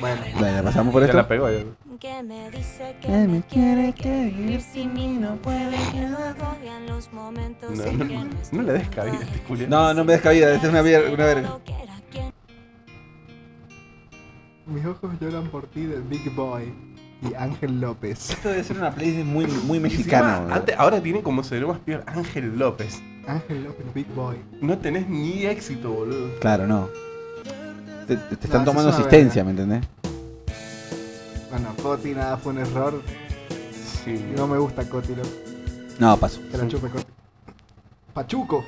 S3: Bueno,
S2: Bueno, ya pasamos por
S1: Ya
S2: esto.
S1: la pegó. ya.
S5: Que me dice que me quiere que vivir sin mí no puede que lo agobian los momentos
S1: No,
S5: en
S1: no,
S5: que no
S1: no le des cabida a
S5: estoy.
S1: este culiao.
S2: No, no me des cabida, esta es una, vier- una verga.
S5: No quiera quien
S3: mis ojos lloran por ti de Big Boy y Ángel López.
S2: Esto debe ser una playlist muy, muy
S1: Encima,
S2: mexicana. boludo.
S1: antes- ahora tiene como cerebro más peor Ángel López.
S3: Ángel López, Big Boy.
S1: No tenés ni éxito, boludo.
S2: Claro, no. Te, te están
S3: No,
S2: tomando
S3: eso es una
S2: asistencia, ¿me entendés?
S3: Bueno, Coti, nada, fue un error.
S1: Sí.
S3: No me gusta Coti, loco.
S2: No, paso.
S3: Que la chupe Coti. Pachuco.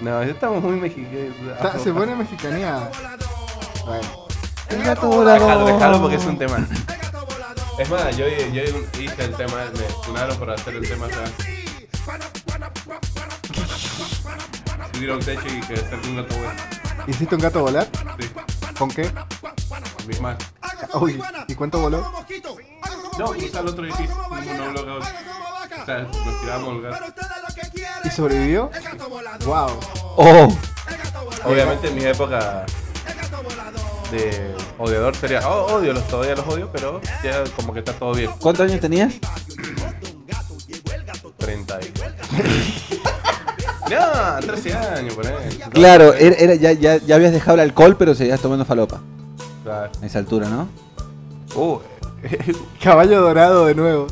S1: No, ya estamos muy mexicanos.
S3: Está- se pone mexicaneada. Bueno.
S1: Dejalo, dejalo porque es un tema.
S6: Es más, yo, yo hice el tema, me funaron por hacer el tema acá. Subieron un techo y que saqué un gato bueno.
S3: ¿Hiciste un gato volar?
S6: Sí,
S3: ¿Con qué?
S6: con mis manos.
S3: Uy, ¿y cuánto voló?
S6: No, quizá el otro edificio, un bloqueado. O sea, nos tiramos el gato.
S3: ¿Y sobrevivió? ¡Wow!
S2: Oh,
S1: Obviamente en mi época de odiador sería. Oh, odio los todavía los odio, pero ya como que está todo bien.
S2: ¿cuántos años tenías?
S1: 30 y. no, 13 años, por ahí.
S2: Claro, era, era- ya, ya, ya habías dejado el alcohol, pero seguías tomando falopa.
S1: Claro.
S2: A esa altura, ¿no?
S1: Uh,
S3: Caballo dorado de nuevo.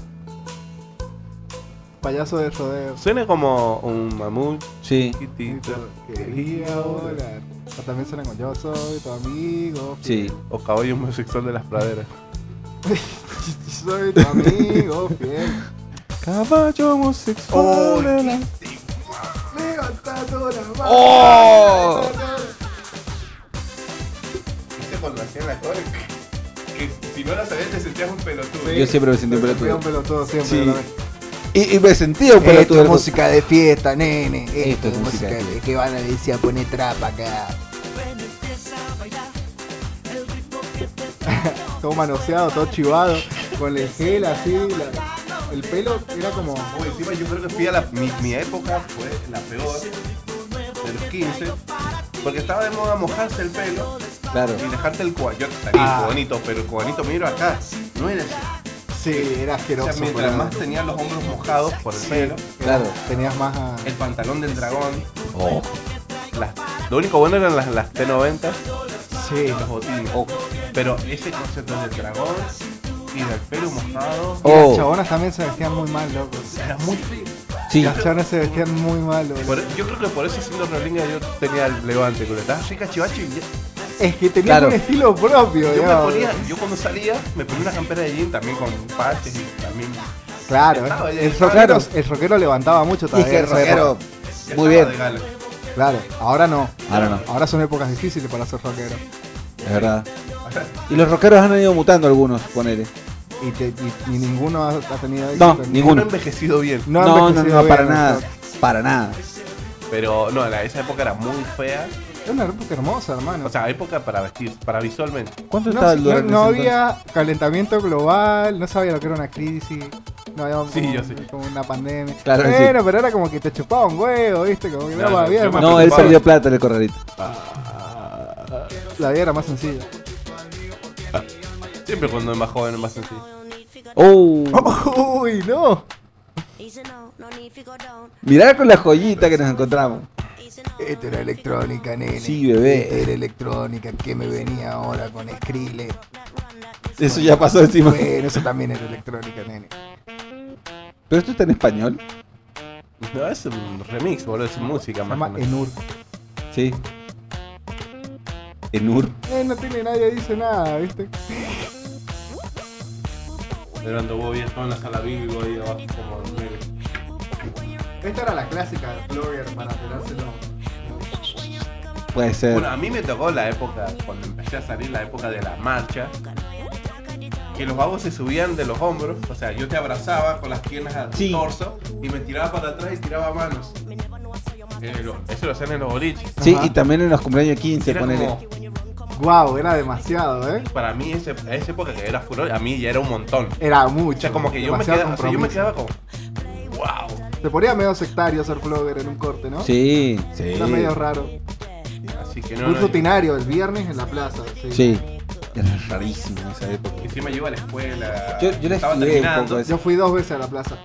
S3: Payaso de rodeo.
S1: suena como un mamut
S2: Sí.
S1: chiquitito
S3: Quería volar. O también suena con yo soy tu amigo.
S2: Sí.
S1: o caballo homosexual de las praderas.
S3: soy tu amigo, fiel.
S2: Caballo homosexual.
S3: Levanta toda la mano.
S2: ¡Oh!
S6: ¿Viste cuando hacían la torre? Que si no la sabías te sentías un pelotudo.
S2: Yo siempre me sentí un
S3: Fui
S2: pelotudo.
S3: un pelotudo siempre.
S2: Sí.
S3: la verdad.
S2: Y, y me sentía un
S3: Esto
S2: pelotudo.
S3: es Eh, música de fiesta, nene. Esto, es música
S2: de
S3: de que van a decir a poner trapa acá. todo manoseado, todo chivado, con el gel así, la- el pelo era como
S6: Uy, encima yo creo que fui a la, mi, mi época fue la peor de los 15. Porque estaba de moda mojarse el pelo
S2: Claro.
S6: y dejarte el cuello. Tenía
S3: Ah.
S6: bonito, pero el cubanito miro acá. No era así.
S3: Sí, era
S6: O
S3: asqueroso.
S6: sea, mientras
S3: pero-
S6: más tenías los hombros mojados por el pelo,
S2: Claro.
S3: Tenías más a...
S6: el pantalón del dragón,
S2: Oh.
S1: Las- lo único bueno eran las, las T90,
S3: Sí.
S6: los botines. Oh, Pero ese concepto del dragón y del pelo mojado
S3: Las
S2: Oh.
S3: chabonas también se vestían muy mal, loco.
S6: era muy frío.
S2: Sí.
S3: Las chabonas se vestían muy mal, boludo.
S1: Por- yo creo que por eso siendo Rolinga yo tenía el levante, que le estaba rica chivacho y ya-
S3: Es que tenían
S2: Claro.
S3: un estilo propio,
S1: yo
S3: ya,
S1: me ponía,
S3: boludo.
S1: yo cuando salía me ponía una campera de jean también con parches y también ya
S3: Claro,
S1: Estaba
S3: eh.
S1: ya-
S3: el rockero,
S2: Claro.
S3: el rockero levantaba mucho
S2: Y
S3: también.
S2: que el rockero. Muy
S1: estaba
S2: bien.
S1: de gala.
S3: Claro, ahora no.
S2: Ahora no.
S3: Ahora son épocas difíciles para ser rockero.
S2: Es verdad. Y los rockeros han ido mutando algunos, ponele.
S3: Y, te- y- y ninguno ha, ha tenido
S2: No,
S3: éxito.
S1: No he
S2: ninguno.
S1: envejecido bien.
S2: No,
S3: No han
S2: no, no,
S3: envejecido bien,
S2: para
S3: el
S2: nada.
S3: rock.
S2: Para nada.
S1: Pero no, la- esa época era muy fea.
S3: Era una época hermosa, hermano.
S1: O sea, época para vestir, para visualmente.
S2: ¿Cuánto
S3: no,
S2: estaba el
S3: no-
S2: dólar? en
S3: no
S2: ese entonces?
S3: había calentamiento global, no sabía lo que era una crisis. No había
S1: Sí,
S3: como,
S1: yo sí.
S3: como una pandemia.
S2: Claro que sí.
S3: bueno, pero era como que te chupaba un huevo, ¿viste? Como que
S1: Claro,
S3: la vida era
S1: yo
S3: más
S1: me
S2: No, él
S1: preocupaba.
S2: perdió plata en el corralito.
S3: La vida era más sencilla.
S1: Siempre cuando es más joven es más sencillo.
S2: Oh.
S3: Uy, no.
S2: Mirá con la joyita que nos encontramos.
S3: Esto era electrónica, nene.
S2: Sí, bebé.
S3: Esto era electrónica. que me venía ahora con Skrillex?
S2: Eso ya pasó encima.
S3: Bueno, eso también era electrónica, nene.
S2: Pero esto está en español.
S1: No, es un remix, boludo, es música
S3: Se
S1: más. o
S3: llama
S1: menos.
S3: Enur.
S2: Sí. Enur.
S3: Eh, no tiene nadie, dice nada, ¿viste?
S1: Pero cuando vos vivías en la sala vivo ahí abajo como el negro.
S3: Esta era la clásica del blogger para pelárselo.
S2: Puede ser.
S1: Bueno, a mí me tocó la época, cuando empecé a salir, la época de la marcha, que los vagos se subían de los hombros, o sea, yo te abrazaba con las piernas al
S2: Sí.
S1: torso y me tiraba para atrás y tiraba manos. Eh, lo- eso lo hacían en los boliches.
S2: Sí,
S3: Ajá.
S2: y también en los cumpleaños 15,
S1: Era
S2: ponele.
S1: como,
S3: Guau, era demasiado, ¿eh?
S1: para mí, ese, a esa época que era furor, a mí ya era un montón. O
S3: Era mucho.
S1: sea, como que yo me,
S3: demasiado
S1: quedaba, o sea, yo me quedaba
S3: compromiso.
S1: como, wow.
S3: Te ponía medio sectario ser vlogger en un corte, ¿no?
S2: Sí, sí.
S3: Era medio raro.
S1: Así que no,
S3: Muy
S1: no, yo-
S3: rutinario, el viernes en la plaza. Sí.
S2: Sí. Era rarísimo en esa época.
S1: Encima yo iba a la escuela.
S2: Yo- yo la
S1: estaba
S2: estudié un poco
S1: terminando.
S2: esa.
S3: Yo fui dos veces a la plaza.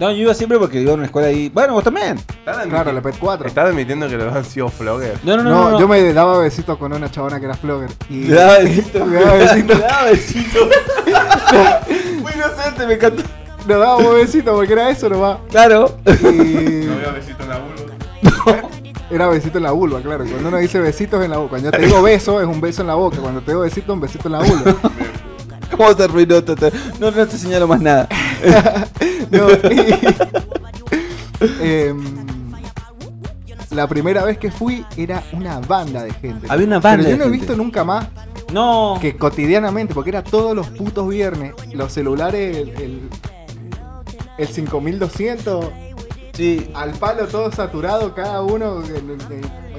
S2: No, yo iba siempre porque iba a una escuela ahí. Bueno, vos también.
S1: Estaba
S3: Claro, la
S1: admitiendo-
S3: PET 4.
S1: Estaba admitiendo que los han sido floggers.
S2: No, no,
S3: No,
S2: no. no, no.
S3: yo me daba besitos con una chabona que era flogger. Y
S2: Le daba besito.
S3: Me daba besito.
S2: Le daba besito. Muy inocente, me encantó.
S3: nos dábamos besitos porque era eso nomás.
S2: Claro.
S3: Y
S1: No había besito en la vulva.
S3: era besito en la vulva, claro. Cuando uno dice besitos en la boca. Cuando yo te digo beso, es un beso en la boca. Cuando te digo besito, un besito en la vulva.
S2: ¿Cómo te arruinó? Tata? No, no te señalo más nada.
S3: No, y- em, la primera vez que fui era una banda de gente.
S2: Había una
S3: Pero
S2: banda
S3: yo
S2: de
S3: no he
S2: gente.
S3: visto nunca más
S2: No.
S3: que cotidianamente, porque era todos los putos viernes, los celulares, el, el, el 5200,
S2: Sí.
S3: al palo todo saturado, cada uno en, en-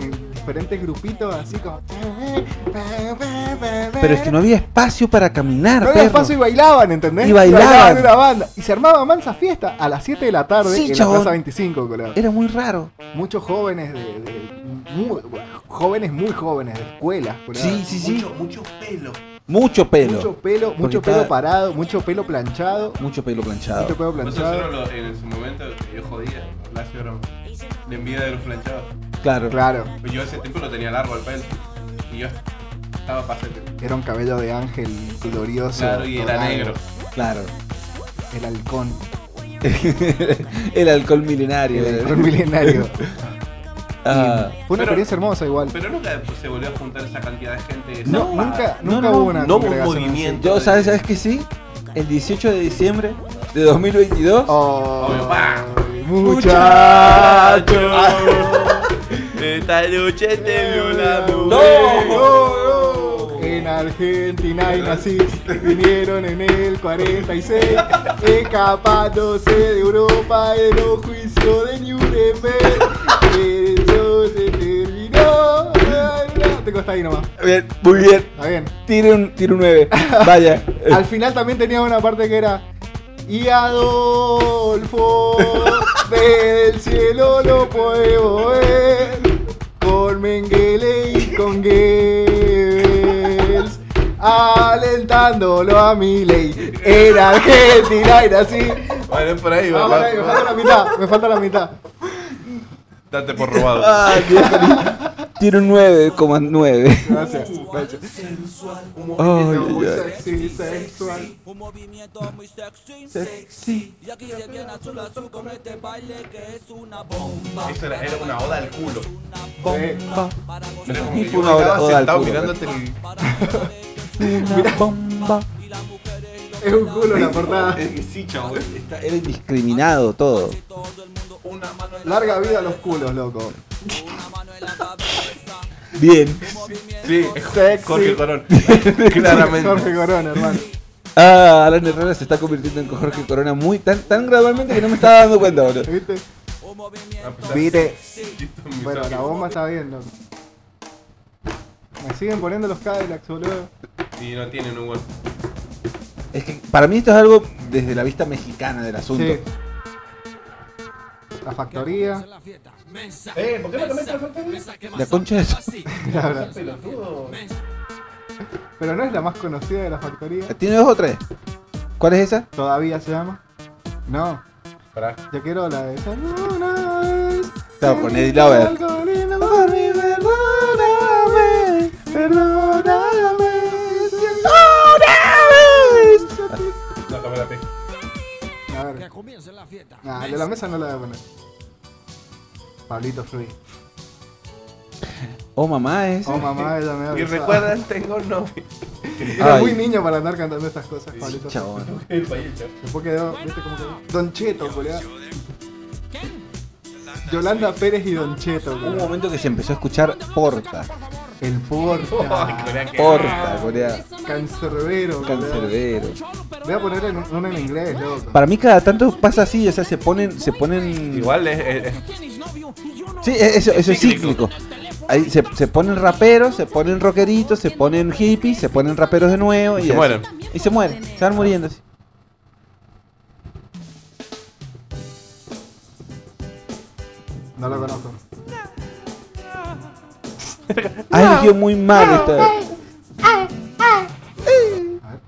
S3: en diferentes grupitos, así como...
S2: Pero es que no había espacio para caminar,
S3: No había
S2: perro.
S3: espacio y bailaban, ¿entendés?
S2: Y bailaban.
S3: una banda. Y se armaba mansa fiesta a las 7 de la tarde
S2: Sí,
S3: en
S2: chabón.
S3: la Plaza 25, colega.
S2: Era muy raro.
S3: Muchos jóvenes de, de- muy, jóvenes muy jóvenes de escuelas, colega.
S2: Sí, sí, sí.
S1: Mucho, mucho pelo.
S2: Mucho pelo.
S3: Mucho
S2: Mucho,
S3: pelo, mucho pelo
S2: cada-
S3: parado, mucho pelo
S2: pelo
S3: planchado,
S2: planchado.
S3: mucho pelo
S1: Nosotros
S3: planchado.
S1: Pues lo- en su momento yo jodía, Blasio era un- de envidia de los planchados.
S2: Claro.
S3: Claro,
S1: Pues Yo ese tiempo lo tenía largo el pelo. Y yo estaba pasete.
S3: era un cabello de ángel glorioso.
S1: Claro, y era
S3: dorado,
S1: negro.
S2: Claro.
S3: El halcón,
S2: El alcohol milenario. eh.
S3: el halcón milenario.
S2: Ah.
S3: Fue una
S1: Pero-
S3: experiencia hermosa igual.
S1: Pero nunca pues, se volvió a juntar esa cantidad de gente. esa
S3: No,
S1: pa-
S3: nunca,
S2: no,
S3: nunca
S2: no,
S3: hubo una
S1: no hubo un
S3: congregación así.
S1: movimiento.
S2: Yo, ¿sabes, ¿sabes qué sí? El 18 de diciembre de 2022.
S3: Oh,
S1: Obvio, pa.
S3: mucha-
S1: Esta noche
S3: Eh,
S1: te vio la
S2: ¡No!
S3: En Argentina y nací, vinieron en el 46, escapándose de Europa en un juicio de Nuremberg. Eso se terminó. Te costó ahí nomás,
S2: Bien, muy bien.
S3: está bien.
S2: Tire un, tire un 9. Vaya.
S3: Al final también tenía una parte que era. Y Adolfo, del cielo lo puedo ver. Con Menguera votándolo a mi ley. En Argentina era así.
S1: Vale, por ahí, va,
S3: Ah,
S1: va,
S3: vale, me
S1: va.
S3: falta la mitad, me falta la mitad.
S1: Date por robado.
S2: Ah, Dios. Tiene un 9,9.
S3: Gracias, gracias.
S2: Ay, ay, ay.
S3: Sexy, sexual.
S4: Un movimiento muy sexy, sexy. Y aquí se queda azul azul con este baile que es una bomba.
S1: Eso era, era una oda al culo.
S3: Eh,
S1: Era como que
S2: Fue
S1: yo
S2: una
S1: me
S2: oda-
S1: quedaba
S2: oda al
S1: sentado
S2: culo.
S1: mirándote el-
S2: Una bomba.
S3: Es un culo la portada.
S1: Eh, Sí, chavo.
S2: Está- Era indiscriminado todo.
S1: Una mano en la...
S3: Larga vida a los culos, loco.
S2: Bien.
S1: Sí, es
S3: Sexy.
S1: Jorge Corón.
S3: Jorge
S1: Claramente.
S3: Corona, hermano.
S2: Ah, Alan Herrera se está convirtiendo en Jorge Corona muy tan, tan gradualmente que no me estaba dando cuenta, boludo.
S3: ¿Viste?
S1: A pesar de
S3: Viste.
S1: que esto es
S3: Bueno, la
S1: misógino.
S3: bomba está bien, loco. Me siguen poniendo los Cadillacs, boludo.
S1: Y no tienen un buen.
S2: Es que para mí esto es algo desde la vista mexicana del asunto.
S3: Sí. La factoría.
S1: Eh, ¿por qué no te metes al factorio?
S2: La concha es.
S3: la verdad. Pero no es la más conocida de la factoría.
S2: ¿Tiene dos o tres? ¿Cuál es esa?
S3: ¿Todavía se llama? No.
S1: Pará.
S3: Yo quiero la de esa luna.
S2: Claro, con Eddie Lauer.
S3: Perdóname, perdóname.
S1: No tomé la pista.
S3: A ver,
S4: comience la fiesta.
S3: nah, el de la mesa no la voy a poner. Pablito Free.
S2: Oh, mamá, es.
S3: Oh mamá, ella me da
S1: Y
S3: besada.
S1: recuerdan, tengo novio.
S3: Era muy
S2: Ay.
S3: niño para andar cantando estas cosas, Pablito Free.
S2: Chabón.
S1: El país, chavo.
S3: Después quedó, viste cómo quedó. Don Cheto, boludo. Yolanda Pérez y Don Cheto,
S2: Hubo un
S3: boludo.
S2: momento que se empezó a escuchar porta.
S3: El
S1: Ay,
S3: Porta.
S1: Corea, que-
S2: Porta, corea.
S3: Cancerbero, boludo.
S2: Cancerbero.
S3: Voy a ponerle en- una en inglés, loco.
S2: Para mí cada tanto pasa así, o sea, se ponen, se ponen.
S1: Igual es. es- es-
S2: Sí, e- eso, eso es
S1: Cíclico.
S2: cíclico. Ahí se, se ponen raperos, se ponen rockeritos, se ponen hippies, se ponen raperos de nuevo y,
S1: se
S2: así.
S1: mueren.
S2: Y se mueren, se van muriendo así.
S3: No lo conozco.
S2: Ah, eligió muy mal esta vez.
S3: A ver.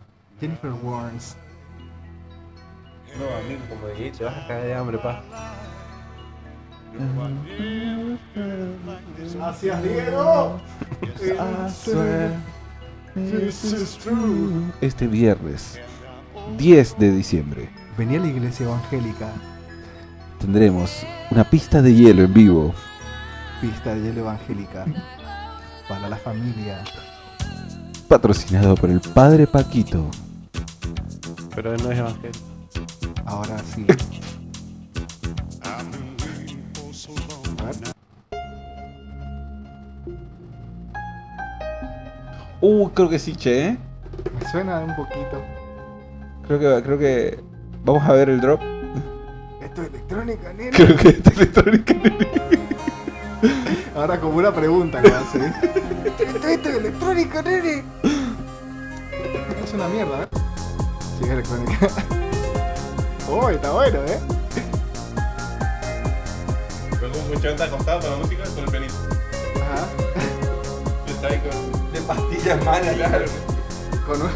S3: Jennifer Warnes.
S1: No, amigo, como dije, te vas a caer de hambre, pa.
S3: Gracias, Diego.
S2: Este viernes, 10 de diciembre,
S3: Vení a la iglesia evangélica.
S2: tendremos una pista de hielo en vivo.
S3: Pista de hielo evangélica. Para la familia.
S2: Patrocinado por el padre Paquito.
S1: Pero él no es evangélico.
S3: Ahora sí. A ver.
S2: Uh, creo que sí, che, ¿eh?
S3: Me suena un poquito.
S2: Creo que, creo que. Vamos a ver el drop.
S3: Esto es electrónica, nene.
S2: Creo que esta electrónica.
S3: Ahora como una pregunta que hace. Esto es electrónica, nene. Es una mierda, ¿eh? Sí, es electrónica. Oh, está bueno, ¿eh?
S1: Pero como un chavita acostado con la música con el pianito.
S3: Ajá.
S1: Está ahí con. De pastillas malas, claro.
S3: Con un...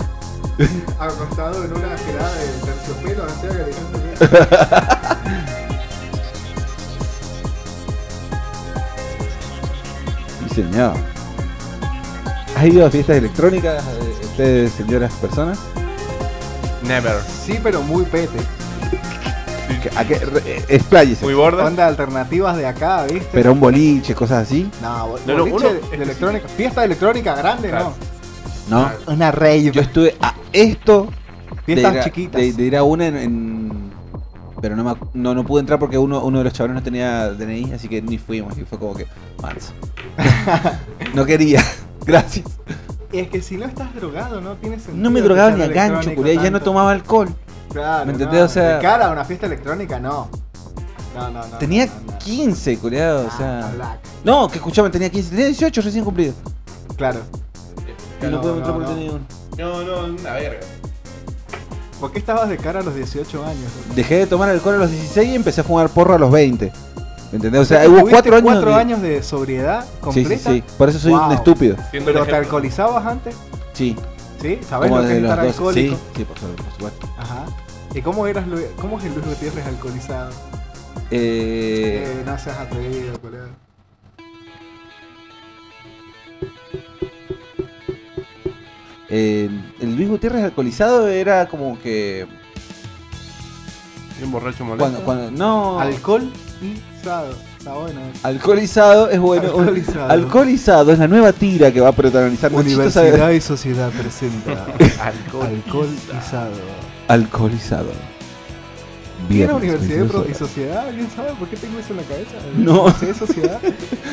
S3: Acostado en una gelada de terciopelo, así agregando ¿eh? que...
S2: Sí, señor. ¿Has ido a fiestas electrónicas, eh, ustedes, señoras, personas?
S1: Never.
S3: Sí, pero muy pete.
S2: ¿A qué? Re- eh, expláyese.
S1: Muy borda.
S3: Onda alternativas de acá, ¿viste?
S2: Pero un boliche, cosas así.
S3: No, bo-
S1: No, no,
S3: boliche
S1: uno-
S3: de- de electrónica. Fiesta electrónica grande,
S1: Claro.
S2: No.
S3: ¿no? Una rave.
S2: Yo estuve a esto de
S3: Fiestas
S2: ir a-
S3: chiquitas.
S2: De, de ir a una en. en- Pero no, me ac- no, no pude entrar porque uno, uno de los chavales no tenía DNI, así que ni fuimos. Y fue como que. Manso. no quería. Gracias.
S3: Es que si no estás drogado, no tienes sentido.
S2: No me
S3: que
S2: drogaba
S3: sea
S2: ni a gancho,
S3: electrónica
S2: culiá, Ya no
S3: tanto.
S2: tomaba alcohol.
S3: Claro,
S2: ¿Me entendés?
S3: no,
S2: O sea-
S3: de cara a una fiesta electrónica, no. No, no, no.
S2: Tenía
S3: no, no, no.
S2: 15, culiado. O
S3: Ah,
S2: sea.
S3: black.
S2: No, que escuchame, tenía 15. Tenía 18 recién cumplido.
S3: Claro.
S2: Y no,
S3: No,
S2: pude
S3: no,
S2: entrar porque
S3: no.
S2: tenía uno.
S1: No, no, una verga.
S3: ¿Por qué estabas de cara a los 18 años?
S2: Dejé de tomar alcohol a los 16 y empecé a fumar porro a los 20. ¿Me entendés? O sea,
S3: que
S2: hubo
S3: tuviste
S2: 4 años.
S3: cuatro
S2: de-
S3: años de sobriedad
S2: Sí, sí,
S3: completa.
S2: sí. Por eso soy un
S3: Wow.
S2: estúpido.
S1: Siendo el
S3: Pero te
S1: ejemplo.
S3: alcoholizabas antes.
S2: Sí.
S3: ¿Sí? ¿Sabes lo que es
S2: de
S3: estar
S2: los dos.
S3: alcohólico?
S2: Sí, sí, por su- por supuesto.
S3: Ajá. ¿Y cómo, eras, Lu- cómo es el Luis Gutiérrez alcoholizado?
S2: Eh,
S3: Eh, no seas atrevido, colega.
S2: eh, el Luis Gutiérrez alcoholizado era como que.
S1: Y un borracho molesto.
S2: Cuando, cuando, no.
S3: Alcohol y sado. Está bueno. eh. eso.
S2: Alcoholizado es bueno.
S3: Alcoholizado.
S2: Alcoholizado es la nueva tira que va a protagonizar Nachito Saavedra.
S3: y Sociedad presenta Alcohol y sado.
S2: Alcoholizado.
S3: ¿Qué era
S2: Viernes,
S3: Universidad
S2: 22
S3: Pro- y
S2: horas.
S3: Sociedad? ¿Alguien sabe por qué tengo eso en la cabeza?
S2: No.
S3: Universidad y Sociedad.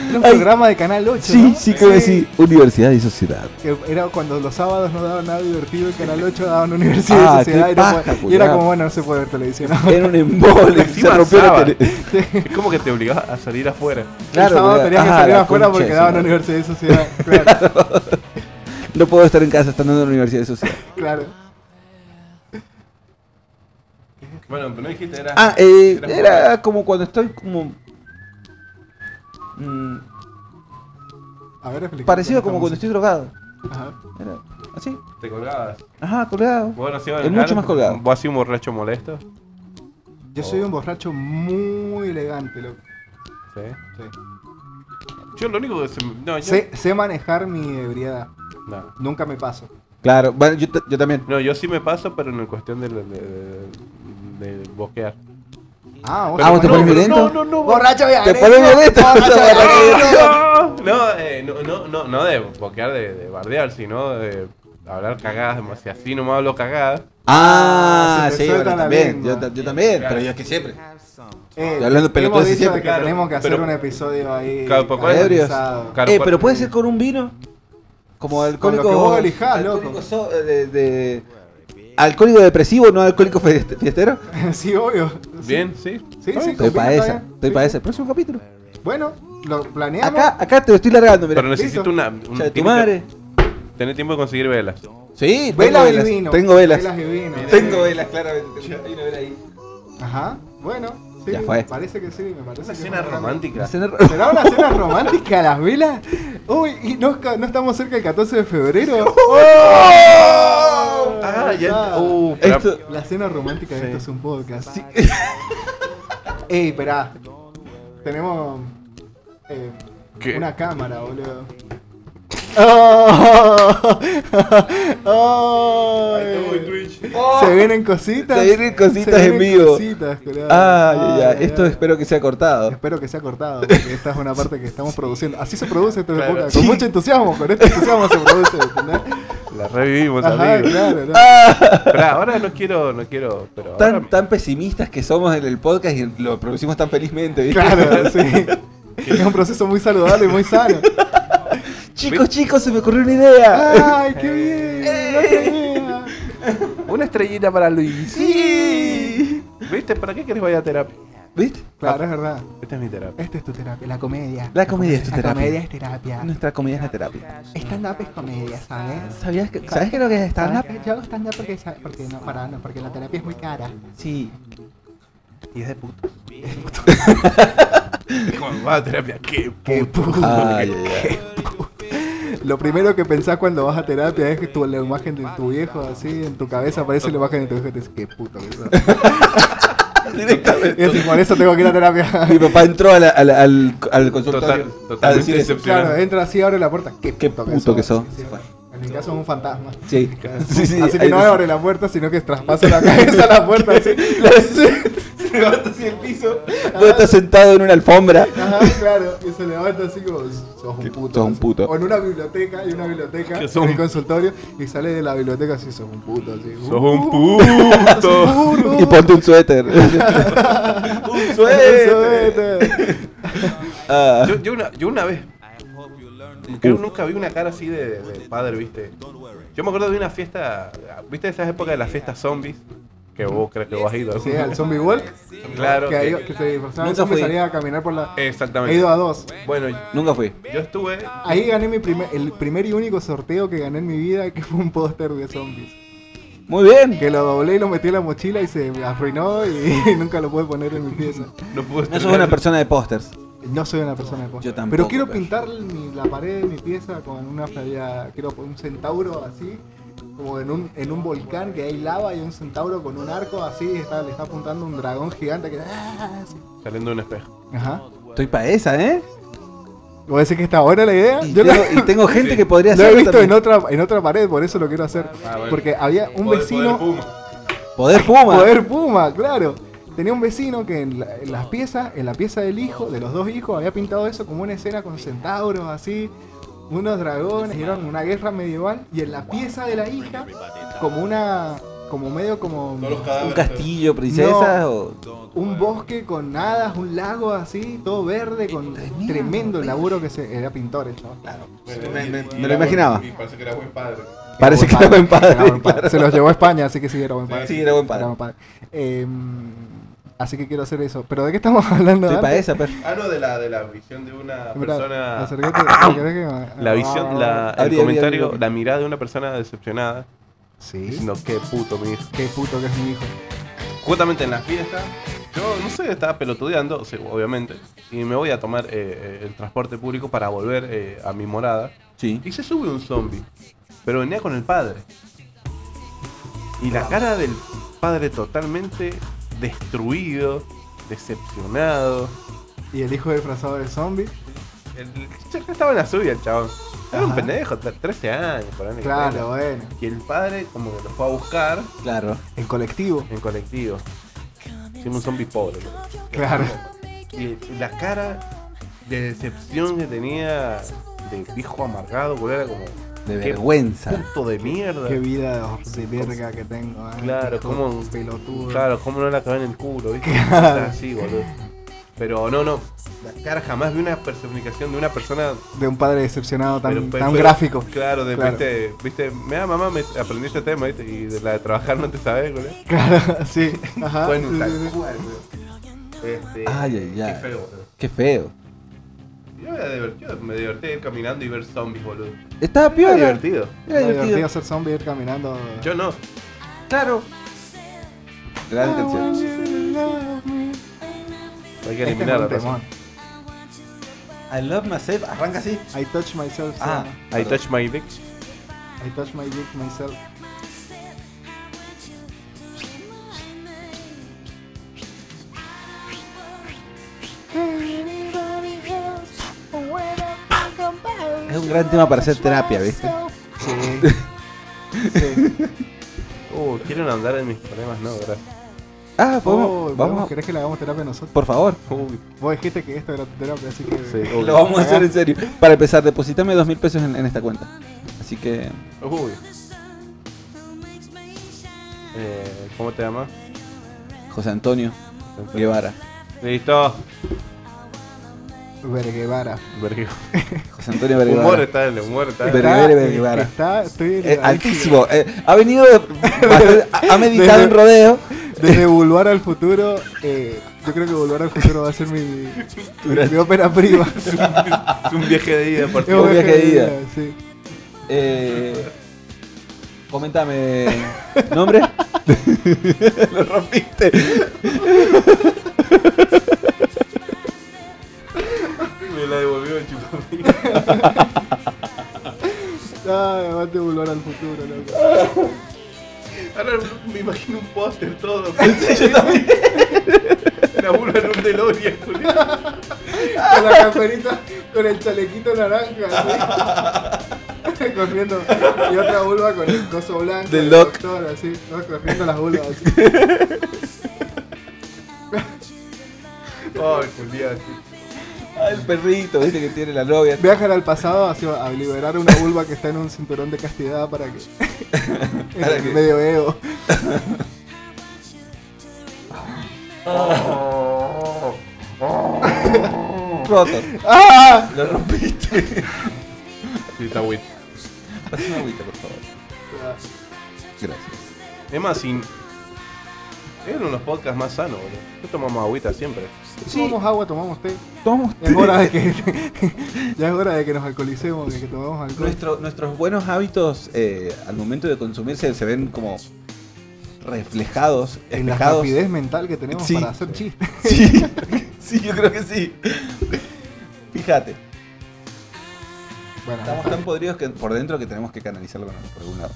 S3: Era un
S2: Ay.
S3: programa de Canal 8.
S2: Sí,
S3: ¿no?
S2: sí, creo que sí. Universidad y sociedad.
S3: Que Era cuando los sábados no daban nada divertido, el Canal 8 daban Universidad
S2: Ah,
S3: y Sociedad.
S2: qué
S3: Y, no po-
S2: paja,
S3: y era
S2: culiao. Eh,
S3: como, bueno, no se puede ver televisión. ahora.
S2: Era un embole. se
S1: Encima
S2: rompió la
S1: sábado.
S2: tele.
S1: Es como que te obligaba a salir afuera.
S2: Claro,
S3: el sábado
S2: porque-
S3: tenías que
S2: ajá,
S3: salir
S2: la
S3: afuera
S2: concha
S3: porque
S2: de
S3: daban
S2: su madre.
S3: Universidad y Sociedad. Claro,
S2: No puedo estar en casa estando en la universidad de sociedad.
S3: claro.
S1: Bueno, pero no dijiste, era.
S2: Ah, eh,
S1: Era-
S2: era como cuando estoy como. Mm,
S3: A ver, explica.
S2: parecido como cuando estoy drogado.
S3: Ajá.
S2: Era así.
S1: Te colgabas.
S3: Ah,
S2: Ajá, colgado.
S1: Vos no has sido
S2: Es
S1: del
S2: mucho
S1: Galo,
S2: más colgado.
S1: Vos has sido un borracho molesto.
S2: Oh.
S3: Yo soy un borracho muy elegante, loco.
S1: Sí.
S3: Sí.
S1: Yo lo único que se. me- No, yo.
S3: Sé, sé manejar mi ebriedad.
S1: No.
S3: Nunca me paso.
S2: Claro, bueno, yo, t- yo también.
S1: No, yo sí me paso, pero en cuestión de, de, de- de bosquear.
S3: Ah,
S2: Ah, ¿vos te
S1: no, pero
S2: pones violento?
S1: No, no, no.
S3: Borracho de
S2: Te pones violento.
S1: No, no, eh, no, no, no, no de boquear de, de bardear, sino de hablar cagadas demasiado. Si así no me hablo cagadas.
S2: Ah,
S3: Se te
S2: sí,
S3: suelta
S2: bueno,
S3: la
S2: también.
S3: lengua.
S2: Yo, ta- yo también, pero yo es que siempre.
S3: Eh,
S2: Hablando de pelotudeces
S3: hemos dicho
S2: siempre.
S3: que
S1: Claro,
S3: tenemos que hacer
S1: pero-
S3: un episodio ahí.
S1: Claro, ¿por cuál?
S2: Ebrios.
S3: organizado.
S1: Claro,
S2: eh,
S1: cual-
S2: pero puede ser con un vino. Como alcohólico.
S3: que vos elijás,
S2: alcohólico
S3: loco.
S2: so- eh, de, de- alcohólico depresivo, no alcohólico fieste- fiestero.
S3: sí, obvio.
S1: Bien, sí.
S3: Sí, sí,
S2: Estoy
S3: combina,
S2: para
S3: está
S2: esa,
S3: bien.
S2: estoy para ese. Próximo capítulo.
S3: Bueno, lo planeamos.
S2: Acá, acá te lo estoy largando, mira.
S1: Pero necesito
S3: listo.
S1: una.
S2: O
S1: una
S2: sea, de tu
S1: tiene que
S2: madre.
S1: Tener tiempo de conseguir velas.
S2: Sí,
S3: Velas
S2: tengo
S3: y vino.
S2: Tengo velas.
S3: y vino.
S2: Tengo velas, claramente. Tengo- Hay una vela ahí.
S3: Ajá. Bueno, sí.
S2: Ya fue.
S3: Parece que sí, me parece
S1: Una
S3: que
S1: escena
S3: fue.
S2: La
S1: romántica.
S2: cena ro-
S3: ¿Será una cena romántica a las velas? Uy, y no, esca- no estamos cerca del 14 de febrero. ¡Oh!
S1: Ah, ya.
S3: Ah.
S1: Uh, pero-
S2: Esto.
S3: La cena romántica de
S1: Sí.
S3: esto es un podcast. Ey, esperá. Tenemos eh,
S1: ¿Qué?
S3: una cámara, boludo. Oh, oh, Se vienen cositas.
S2: Se vienen cositas
S3: Se vienen
S2: en vivo.
S3: cositas, colega.
S2: Ah, ya, ya.
S3: Ay,
S2: Esto
S3: ay.
S2: espero que sea cortado.
S3: Espero que sea cortado, porque esta es una parte que estamos produciendo. Así se produce este
S1: Claro.
S3: podcast, con
S2: Sí.
S3: mucho entusiasmo, con este entusiasmo se produce, ¿entendés?
S1: La revivimos,
S3: Ajá,
S1: amigos.
S3: claro, ¿no?
S1: Pero ahora no quiero, no quiero. Pero ahora-
S2: Tan, tan pesimistas que somos en el podcast y lo producimos tan felizmente, ¿viste?
S3: Claro, sí. Es un proceso muy saludable y muy sano.
S2: Chicos, chicos, se me ocurrió una idea.
S3: ¡Ay, qué bien! no tenía.
S1: Una estrellita para Luis.
S2: Sí.
S1: ¿Viste? ¿Para qué querés vaya a terapia?
S2: ¿Viste?
S3: Claro, es verdad.
S1: Esta es mi terapia.
S3: Esta es tu terapia, la comedia.
S2: La comedia es tu terapia.
S3: La comedia es terapia.
S2: Nuestra comida es la terapia.
S3: Stand-up es comedia, ¿sabes?
S2: ¿Sabías que, ¿Sabes Ah, qué es lo que es
S3: ¿Sabes
S2: stand-up?
S3: que Yo hago stand-up porque, sa- porque, no, para, no, porque la terapia es muy cara.
S2: Sí.
S3: Y es de puto.
S1: ¿Cómo va a terapia? ¿Qué?
S3: ¡Qué puto!
S2: Ay, ay,
S3: Lo primero que pensás cuando vas a terapia es que tu, la imagen de tu viejo, así, en tu cabeza aparece la imagen de tu viejo y te dices, qué puto que sos.
S2: ay. Directamente.
S3: Y así, por eso tengo que ir a
S2: Mi
S3: terapia.
S2: papá entró a la- a la- al, al consultorio.
S1: Total,
S2: a
S1: totalmente
S2: decir eso.
S3: claro,
S1: decepcionante.
S3: entra así, abre la puerta, qué puto,
S2: Qué puto que sos.
S3: Sí, sí, En mi caso es un fantasma.
S2: Sí. sí, sí,
S3: así que
S2: ahí
S3: no
S2: lo-
S3: abre la puerta, sino que traspasa la cabeza a la puerta así.
S2: Se levanta hacia el piso. Vos estás sentado en una alfombra.
S3: Ajá, claro, y se levanta así como, sos un puto.
S2: Sos un puto.
S3: O en una biblioteca, y una biblioteca,
S1: Que sos
S3: en el
S1: un-
S3: consultorio, y sale de la biblioteca así, sos un puto, así. "Uh,
S1: Sos un puto.
S2: Y ponte un suéter.
S1: un
S2: Ah,
S1: Yo, yo, una, yo una vez. Creo que nunca vi una cara así de, de padre, ¿viste? Yo me acuerdo de una fiesta. ¿Viste esas épocas de las fiestas zombies? Que vos crees que vos has ido.
S3: Sí, al zombie walk.
S1: Claro.
S3: que,
S1: que-
S3: ahí- que se disfrazaba de
S2: eh, Nunca
S3: zombie y
S2: fui.
S3: salía a caminar por
S1: Eh,
S3: la... He ido
S1: Exactamente.
S3: a dos.
S1: Bueno,
S2: nunca fui.
S1: yo estuve.
S3: Ahí gané mi primer, el primer y único sorteo que gané en mi vida, que fue un póster de zombies.
S2: Muy bien.
S3: Que lo doblé y lo metí en la mochila y se me arruinó y, nunca lo pude poner en mi pieza.
S1: No pude
S2: No
S1: estar.
S2: sos una persona de pósters.
S3: No soy una persona de póster.
S2: Yo tampoco,
S3: Pero quiero
S2: pero-
S3: pintar mi- la pared de mi pieza con una playa, quiero poner un centauro así como en un, en un volcán que hay lava y un centauro con un arco así y está, le está apuntando un dragón gigante que. ¡Ah! así.
S1: Saliendo de un espejo.
S3: Ajá.
S2: Estoy para esa, ¿eh?
S3: ¿Voy a decir que está buena la idea?
S2: Y,
S3: Yo
S2: tengo,
S3: lo,
S2: y tengo gente que podría
S3: lo he
S2: hacerlo
S3: visto
S2: también.
S3: en otra, en otra pared, por eso lo quiero hacer.
S1: Ah, bueno.
S3: Porque había un
S1: Poder-
S3: vecino.
S1: poder Puma.
S2: Poder Puma.
S3: Poder Puma, claro. Tenía un vecino que en, la- en las piezas, en la pieza del hijo, de los dos hijos, había pintado eso como una escena con centauros así, unos dragones, y era una guerra medieval, y en la pieza de la hija, como una, como medio como
S1: Todos los
S2: Un
S1: cadáveres.
S2: castillo, princesas o...
S3: un bosque con hadas, un lago así, todo verde, con tremendo laburo que se era pintor el chaval.
S1: Bueno, y- y- y
S2: pues, me lo
S1: era
S2: imaginaba.
S1: buen- Y parece que era buen padre.
S2: Parece que era buen padre.
S3: Era buen padre.
S2: claro.
S3: Se los llevó a España, así que sí, era buen padre.
S2: Sí, era buen padre.
S3: Era buen padre. Em, así que quiero hacer eso. ¿Pero de qué estamos hablando?
S2: Estoy para
S3: antes?
S2: esa, pues. per.
S1: Ah, no, de la, de la visión de una
S3: Mira,
S1: persona. ¡Ah!
S3: acercate, acercate que- Ah,
S1: La visión, la, el
S2: Abrí, abrí,
S1: comentario,
S2: abrí.
S1: la mirada de una persona decepcionada.
S3: Sí.
S1: Diciendo, qué puto, mi hijo.
S3: Qué puto que es mi hijo.
S1: Justamente en la fiesta, yo no sé, estaba pelotudeando, sí, obviamente, y me voy a tomar eh, eh, el transporte público para volver eh, a mi morada.
S2: Sí.
S1: Y se sube un zombie, pero venía con el padre. Y la cara del padre totalmente destruido, decepcionado.
S3: Y el hijo disfrazado de zombie.
S1: El, el- estaba en la suya el chabón. Era un
S3: Ajá.
S1: pendejo, tre- 13 años, por ahí.
S3: Claro, eh. bueno.
S1: Y el padre como que lo fue a buscar
S2: Claro.
S3: En colectivo.
S1: en colectivo. Siendo un zombie pobre. ¿no?
S3: Claro.
S1: Y la cara de decepción que tenía de hijo amargado, boludo, era como
S2: De
S1: Qué
S2: vergüenza.
S1: punto de mierda.
S3: Qué vida de, de verga que tengo. eh.
S1: Claro,
S3: Hijo
S1: como
S3: pelotudo.
S1: Claro, cómo no la acabé en el culo, ¿viste?
S3: Claro.
S1: Así, boludo. Pero no, no. La cara jamás vi una personificación de una persona
S3: De un padre decepcionado tan,
S1: pero- pero-
S3: tan
S1: pero-
S3: gráfico.
S1: Claro, de
S3: Claro.
S1: viste, viste, mira mamá, me aprendí este tema, ¿viste? Y de la de trabajar no te sabes, boludo.
S3: Claro, sí. Ajá.
S1: Bueno,
S3: Ah, sí,
S1: tal
S3: sí, sí.
S1: cual, boludo. Este,
S2: Ay, ay, ay.
S1: Qué feo, boludo.
S2: Qué feo.
S1: Yo me divertí, yo me divertí ir caminando y ver zombies, boludo.
S2: Estaba
S1: Era
S2: piola.
S1: divertido.
S2: Era
S3: Era divertido
S2: divertido.
S3: hacer zombie ir caminando.
S1: Yo no.
S2: Claro. Gran canción.
S1: Hay que
S3: Este es
S1: eliminar
S3: un
S1: la razón.
S3: temón.
S2: I love myself. Arranca así.
S3: I touch myself. se
S2: Ah.
S3: llama.
S1: I touch my dick.
S3: I touch my dick myself.
S2: Es un gran tema para hacer terapia, ¿viste?
S3: Sí. sí.
S1: Uh, quieren andar en mis problemas, no, gracias.
S2: Ah, podemos.
S3: Oh,
S2: vamos.
S3: vamos, ¿Querés que le hagamos terapia nosotros?
S2: Por favor.
S1: Uy,
S3: Vos dijiste que esto era tu terapia, así que.
S1: sí, uy.
S2: Lo vamos a hacer en serio. Para empezar, depositame dos mil pesos en, en esta cuenta. Así que.
S1: Uy. Eh, ¿Cómo te llamas?
S2: José Antonio Guevara.
S1: Listo.
S3: Verguevara.
S1: Vergüenza.
S2: José Antonio
S1: Humor
S2: Guevara.
S1: está el humor está
S2: Pero-
S1: en
S2: Verguevara, verguevara.
S3: Está, estoy
S2: Eh, altísimo. Eh, ha venido. de- bastante- ha- ha meditado
S3: Desde-
S2: en rodeo.
S3: Desde Bulbar al futuro, eh, yo creo que Bulbar al futuro va a ser mi, mi ópera prima.
S1: Es un viaje de ida por
S3: Es un
S2: viaje de ida.
S3: sí.
S2: Eh, comentame. ¿Nombre? Lo rompiste.
S1: Me la devolvió el chupapín.
S3: Ay, aguante Bulbar al futuro, loco.
S1: Ahora me imagino un póster todo. La burla en un DeLorean, boludo.
S3: Con la camperita, con el chalequito naranja, así. corriendo. Y otra vulva con el coso blanco.
S2: Del
S3: el
S2: Doc.
S3: doctor, así. ¿no? Corriendo las vulvas, así.
S1: Ay, Julián.
S2: Ah, el perrito, viste que tiene la novia.
S3: Viajan al pasado así, a liberar una vulva que está en un cinturón de castidad para que.
S2: Para
S3: en
S2: que-
S3: el medioevo.
S2: Roto.
S3: ¡Ah!
S2: Lo rompiste.
S1: Sí, está bueno.
S2: Pasa una agüita, por favor. Gracias.
S1: Es más, sin. Eran unos podcasts más sanos, boludo. Nosotros tomamos agüita siempre.
S3: Tomamos agua, tomamos té.
S2: Tomamos
S3: Es hora de que. ya es hora de que nos alcoholicemos, de que tomemos alcohol.
S2: Nuestro- nuestros buenos hábitos eh, al momento de consumirse se ven como reflejados,
S3: en la
S2: espejados.
S3: rapidez mental que tenemos
S2: Sí.
S3: para hacer chistes.
S2: Sí, sí, yo creo que sí. Fíjate,
S3: Bueno,
S2: estamos tan podridos que por dentro que tenemos que canalizarlo con- por algún lado.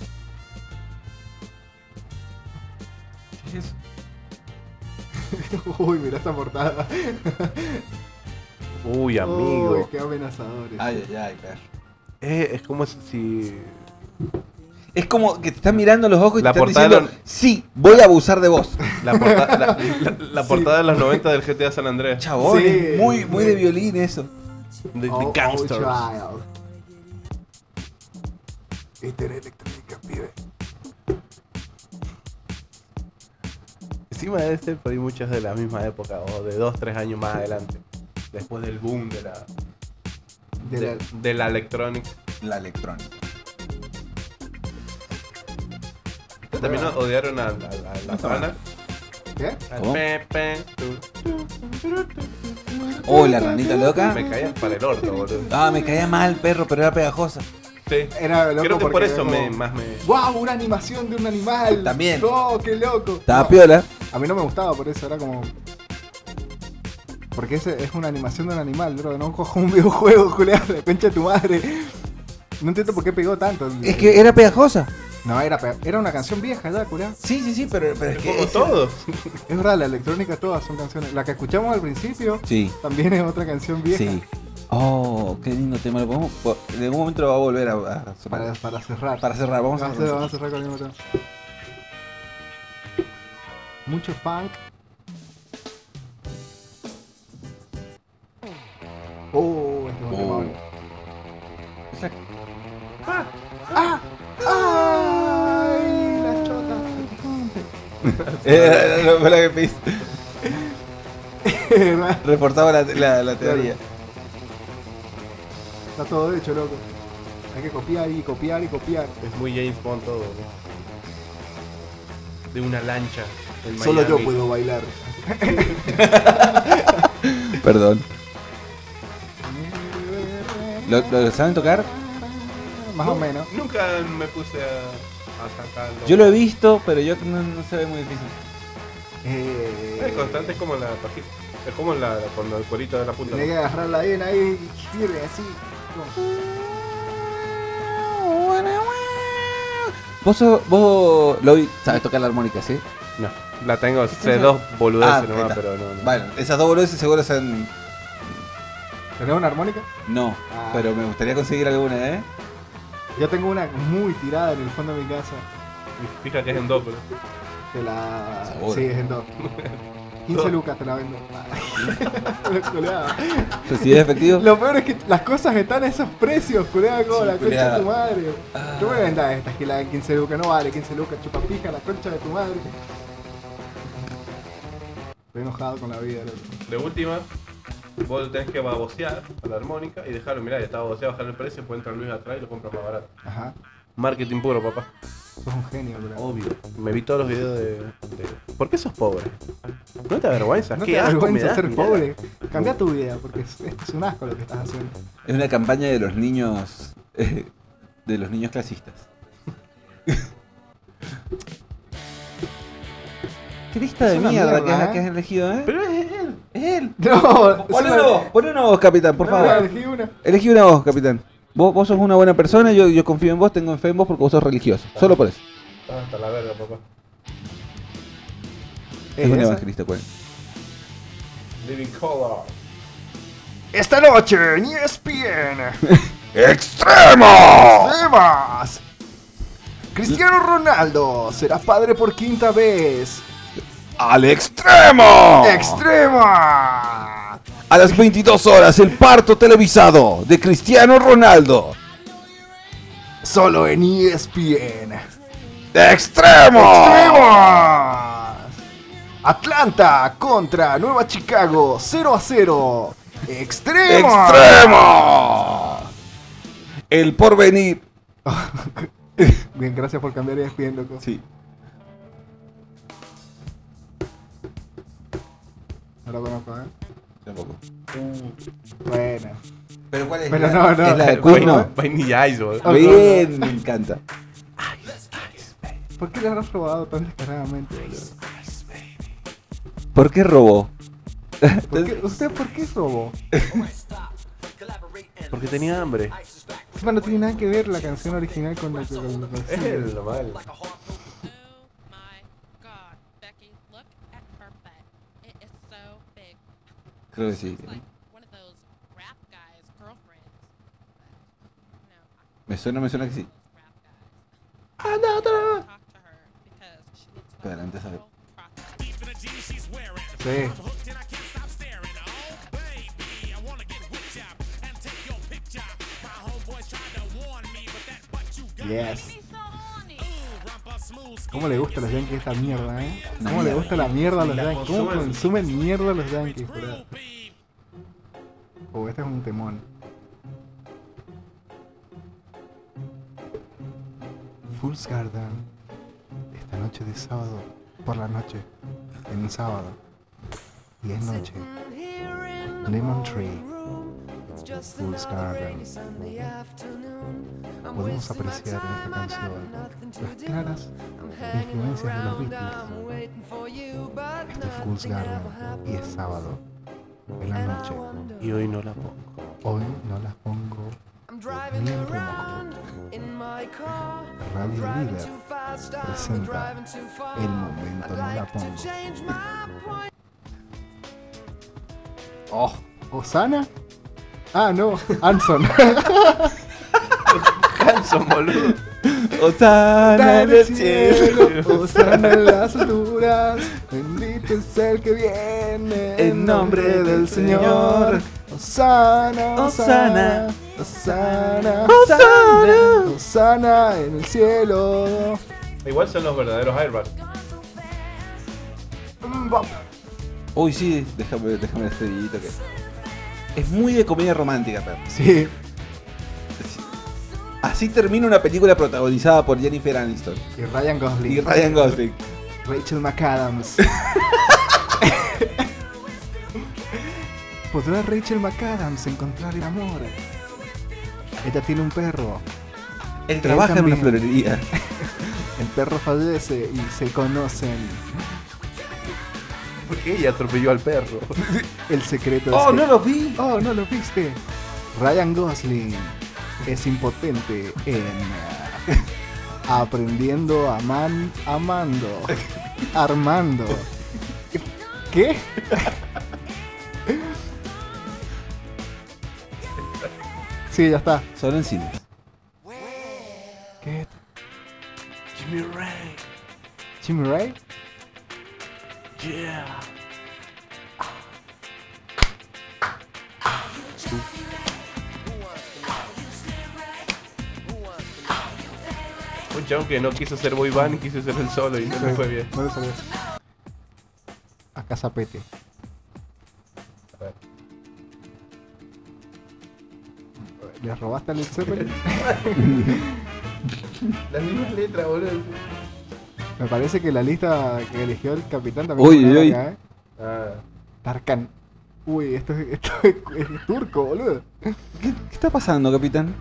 S2: ¿Qué es eso?
S3: Uy, mira esa portada.
S1: Uy,
S3: Uy,
S1: amigo.
S3: qué amenazadores.
S2: Ay, ay, ay, perro.
S1: Eh, es como si.
S2: Es como que te están mirando a los ojos y
S1: La
S2: te están
S1: portada
S2: diciendo,
S1: era-
S2: sí, voy a abusar de vos.
S1: La, porta- la- la- la portada de los 90 del GTA San Andreas.
S2: Chabones,
S3: Sí.
S2: muy, muy de violín eso.
S1: De, de
S3: Oh, oh,
S1: gangsters.
S3: child. Internet electrónica, pibe.
S1: Encima de este pedí muchas de la misma época o de 2, 3 años más adelante. Después del boom de la,
S3: De
S1: de,
S3: la-
S1: de la electrónica.
S2: La electrónica.
S1: También odiaron a, a- a la
S2: está mal.
S1: rana.
S3: ¿Qué?
S1: Al
S2: ¿Cómo?
S1: pe, pe, tu.
S2: Oh, la ranita loca.
S1: Me caían para el orto, boludo.
S2: Ah, me caía mal, perro, pero era pegajosa. Eh,
S1: Sí.
S3: Era loco
S1: Creo que por
S3: porque
S1: eso
S3: era
S1: me,
S3: como,
S1: más me.
S3: ¡Wow! Una animación de un animal.
S2: También.
S3: ¡Oh, qué loco!
S2: Estaba
S3: No,
S2: piola.
S3: A mí no me gustaba por eso, era como. Porque ese es una animación de un animal, bro. No cojo un videojuego, Julián, de concha de tu madre. No entiendo por qué pegó tanto.
S2: Es que era pegajosa.
S3: No, era, pe- era una canción vieja ya, Julián.
S2: Sí, sí, sí, pero, pero es que.
S1: Como
S2: ese-
S1: todo.
S3: Es verdad, la electrónica todas son canciones. La que escuchamos al principio
S2: Sí,
S3: también es otra canción vieja.
S2: sí. Oh, qué lindo tema. Lo podemos- po- De algún momento va a volver a, a
S3: Para,
S2: sonar.
S3: para cerrar.
S2: Para cerrar, vamos
S3: vamos,
S2: a
S3: a cerrar, vamos a cerrar con el mismo tema. Mucho funk. Oh, este es un
S2: Oh.
S3: tema. Ah, ¡Ay! La chota.
S2: Era- era- fue la que me hizo-
S3: ¿Verdad?
S2: Reportaba la, la- la teoría.
S3: Está todo hecho, loco. Hay que copiar y copiar y copiar.
S1: Es muy James Bond todo. boludo. De una lancha. en
S3: Solo yo
S1: Miami.
S3: puedo bailar.
S2: Perdón. ¿Lo, lo saben tocar?
S3: Más o menos.
S1: Nunca me puse a, a sacarlo.
S2: Yo lo he visto, pero yo no, no se ve muy difícil.
S3: Eh,
S1: Es constante, es como la pajita. Es como la, la- cuando el cuerito de la punta.
S3: Tiene que agarrarla bien ahí y gire así.
S2: Vos, sos- vos Lobby, sabes tocar la armónica, ¿sí?
S1: No, la tengo, sé dos boludeces
S2: Ah, ahí
S1: nomás,
S2: está.
S1: pero no. no.
S2: Bueno, esas dos boludeces seguro son...
S3: ¿Tenés una armónica?
S2: No,
S3: Ah.
S2: pero me gustaría conseguir alguna, ¿eh?
S3: Yo tengo una muy tirada en el fondo de mi casa.
S1: Fija que es en dos, pero.
S3: Te la.
S2: Seguro.
S3: Sí, es en dos. 15 lucas te la vendo. Lo
S2: Ah.
S3: culeaba.
S2: Pero si es efectivo...
S3: Lo peor es que las cosas están a esos precios, culeada, como
S2: Sí, Ah.
S3: la concha
S2: culeada.
S3: de tu madre. Yo me voy a vender esta gilada en 15 lucas, no vale 15 lucas, chupapija, la concha de tu madre. Estoy enojado con la vida, loco.
S1: De última, vos tenés que babosear a la armónica y dejarlo. Mirá, ya está baboseado, bajar el precio, puede entrar Luis atrás y lo compras más barato.
S3: Ajá.
S1: Marketing puro, papá.
S3: Sos un genio, bro.
S1: Obvio. Me vi todos los videos de. de- ¿Por qué sos pobre? No te avergüenzas,
S3: No
S1: qué
S3: te da
S1: asco me
S3: vergüenza
S1: das,
S3: ser
S1: mirá.
S3: pobre. Cambia tu vida, porque es, es un asco lo que estás haciendo.
S2: Es una campaña de los niños... eh, de los niños clasistas. Qué lista
S3: Es
S2: de
S3: una
S2: mierda,
S3: mierda,
S2: que, has,
S3: ¿eh?
S2: que has elegido, ¿eh?
S1: Pero es él.
S2: Es él.
S3: No, es
S2: Poné una
S3: una- Ah.
S2: voz, poné una voz, capitán, por
S3: no, no,
S2: favor.
S3: elegí una.
S2: Elegí una voz, capitán. Vos, vos sos una buena persona, yo, yo confío en vos, tengo fe en vos porque vos sos religioso. Solo por eso.
S1: Ah, hasta la verga, papá.
S2: Es un
S3: Esa.
S2: evangelista, cuál.
S1: Living Color.
S3: Esta noche en E ESPN.
S2: ¡Extremo!
S3: ¡Sebas! Cristiano Ronaldo será padre por quinta vez.
S2: ¡Al extremo!
S3: ¡Extrema!
S2: A las 22 horas, el parto televisado de Cristiano Ronaldo.
S3: Solo en E ESPN.
S2: ¡Extremo!
S3: ¡Extremas! Atlanta contra Nueva Chicago 0 a 0. ¡Extrema!
S2: ¡Extremo! El porvenir.
S3: Bien, gracias por cambiar ESPN, loco.
S2: Sí.
S3: No lo conozco, ¿eh?
S2: Tampoco.
S3: Bueno.
S2: Pero cuál es
S3: Pero la- no, no.
S2: Es la de Queen, ¿no?
S1: Vainilla Ice, boludo.
S3: no.
S2: Bien, me encanta.
S3: ¿Por qué le habrás robado tan descaradamente, boludo?
S2: ¿Por qué robó?
S3: ¿Por qué- ¿Usted por qué robó?
S1: Porque tenía hambre.
S3: Encima no tiene nada que ver la canción original con la que con la
S1: Es
S3: canción.
S1: él, normal.
S9: Oh God, Becky.
S2: Creo que sí. Me suena, me suena que sí. Pero antes sabe.
S3: Sí.
S6: Yes.
S3: ¿Cómo le gusta a los Yankees esta mierda, eh?
S2: Una
S3: ¿Cómo le
S2: mierda.
S3: gusta la mierda a los
S6: La
S3: Yankees? ¿Cómo
S6: consumen.
S3: consumen mierda a los Yankees, boludo? Oh, este es un temón. Fool's Garden. Esta noche de sábado, por la noche, en sábado. Y es noche. Lemon Tree. Fool's Garden. Podemos apreciar en esta canción las claras influencias de los Beatles. Este es Fool's Garden y es sábado en la noche.
S1: Y hoy no la pongo.
S3: Hoy no las pongo ni en remojo. Radio Líder presenta El Momento No La Pongo.
S2: Oh,
S3: ¿Osana? Ah, no, Anson.
S1: Hanson, boludo.
S2: Osana
S3: en el cielo, Osana en las alturas, bendito es el que viene, en nombre del Señor. Osana, Osana, Osana, Osana, Osana en el cielo.
S1: Igual son los verdaderos airbags.
S3: Mm,
S2: Uy, sí, déjame, déjame este videito que. Es muy de comedia romántica, pero.
S3: Sí,
S2: Así termina una película protagonizada por Jennifer Aniston
S3: y Ryan Gosling,
S2: y Ryan Gosling.
S3: Rachel McAdams. ¿Podrá Rachel McAdams encontrar el amor? Ella tiene un perro.
S2: Él trabaja en una
S3: también.
S2: florería.
S3: El perro fallece y se conocen.
S1: Porque ella atropelló al perro.
S3: El secreto es que-
S2: lo vi!
S3: Oh, no lo viste. Ryan Gosling es impotente en eh, aprendiendo a man- amando, armando. ¿Qué? Sí, ya está.
S2: Solo en cines.
S3: ¿Qué? Jimmy Ray. Jimmy Ray?
S1: Un chabón que no quiso ser boy band y quiso ser el solo y no le fue bien.
S3: No le salió. Acá zapete.
S1: A ver.
S3: ¿Le robaste al Zeppelin?
S1: Las mismas letras, boludo.
S3: Me parece que la lista que eligió el capitán también.
S2: Uy,
S3: fue una
S2: uy,
S3: verga, ¿eh?
S1: Ah.
S3: Tarkan. Uy, esto, es- esto es, es turco, boludo.
S2: ¿Qué, qué está pasando, capitán?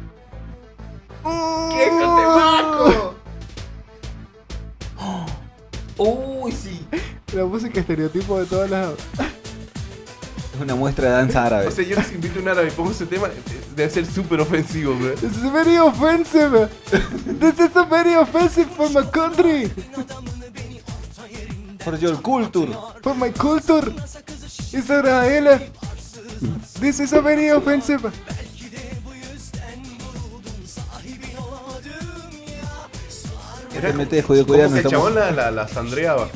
S1: ¡Qué temaco!
S2: ¡Uy, sí!
S3: La música estereotipo de todas las.
S2: Es una muestra de danza árabe.
S1: O sea, yo les invito a un árabe y pongo ese tema, debe ser súper ofensivo, bro.
S3: This is very offensive. This is very offensive for my country,
S2: For your culture.
S3: for my culture. Israel. This is a very offensive.
S2: Que te metes judío
S1: Como
S2: coreano.
S1: que el
S2: estamos-
S1: chabón la, la, la sandreaba.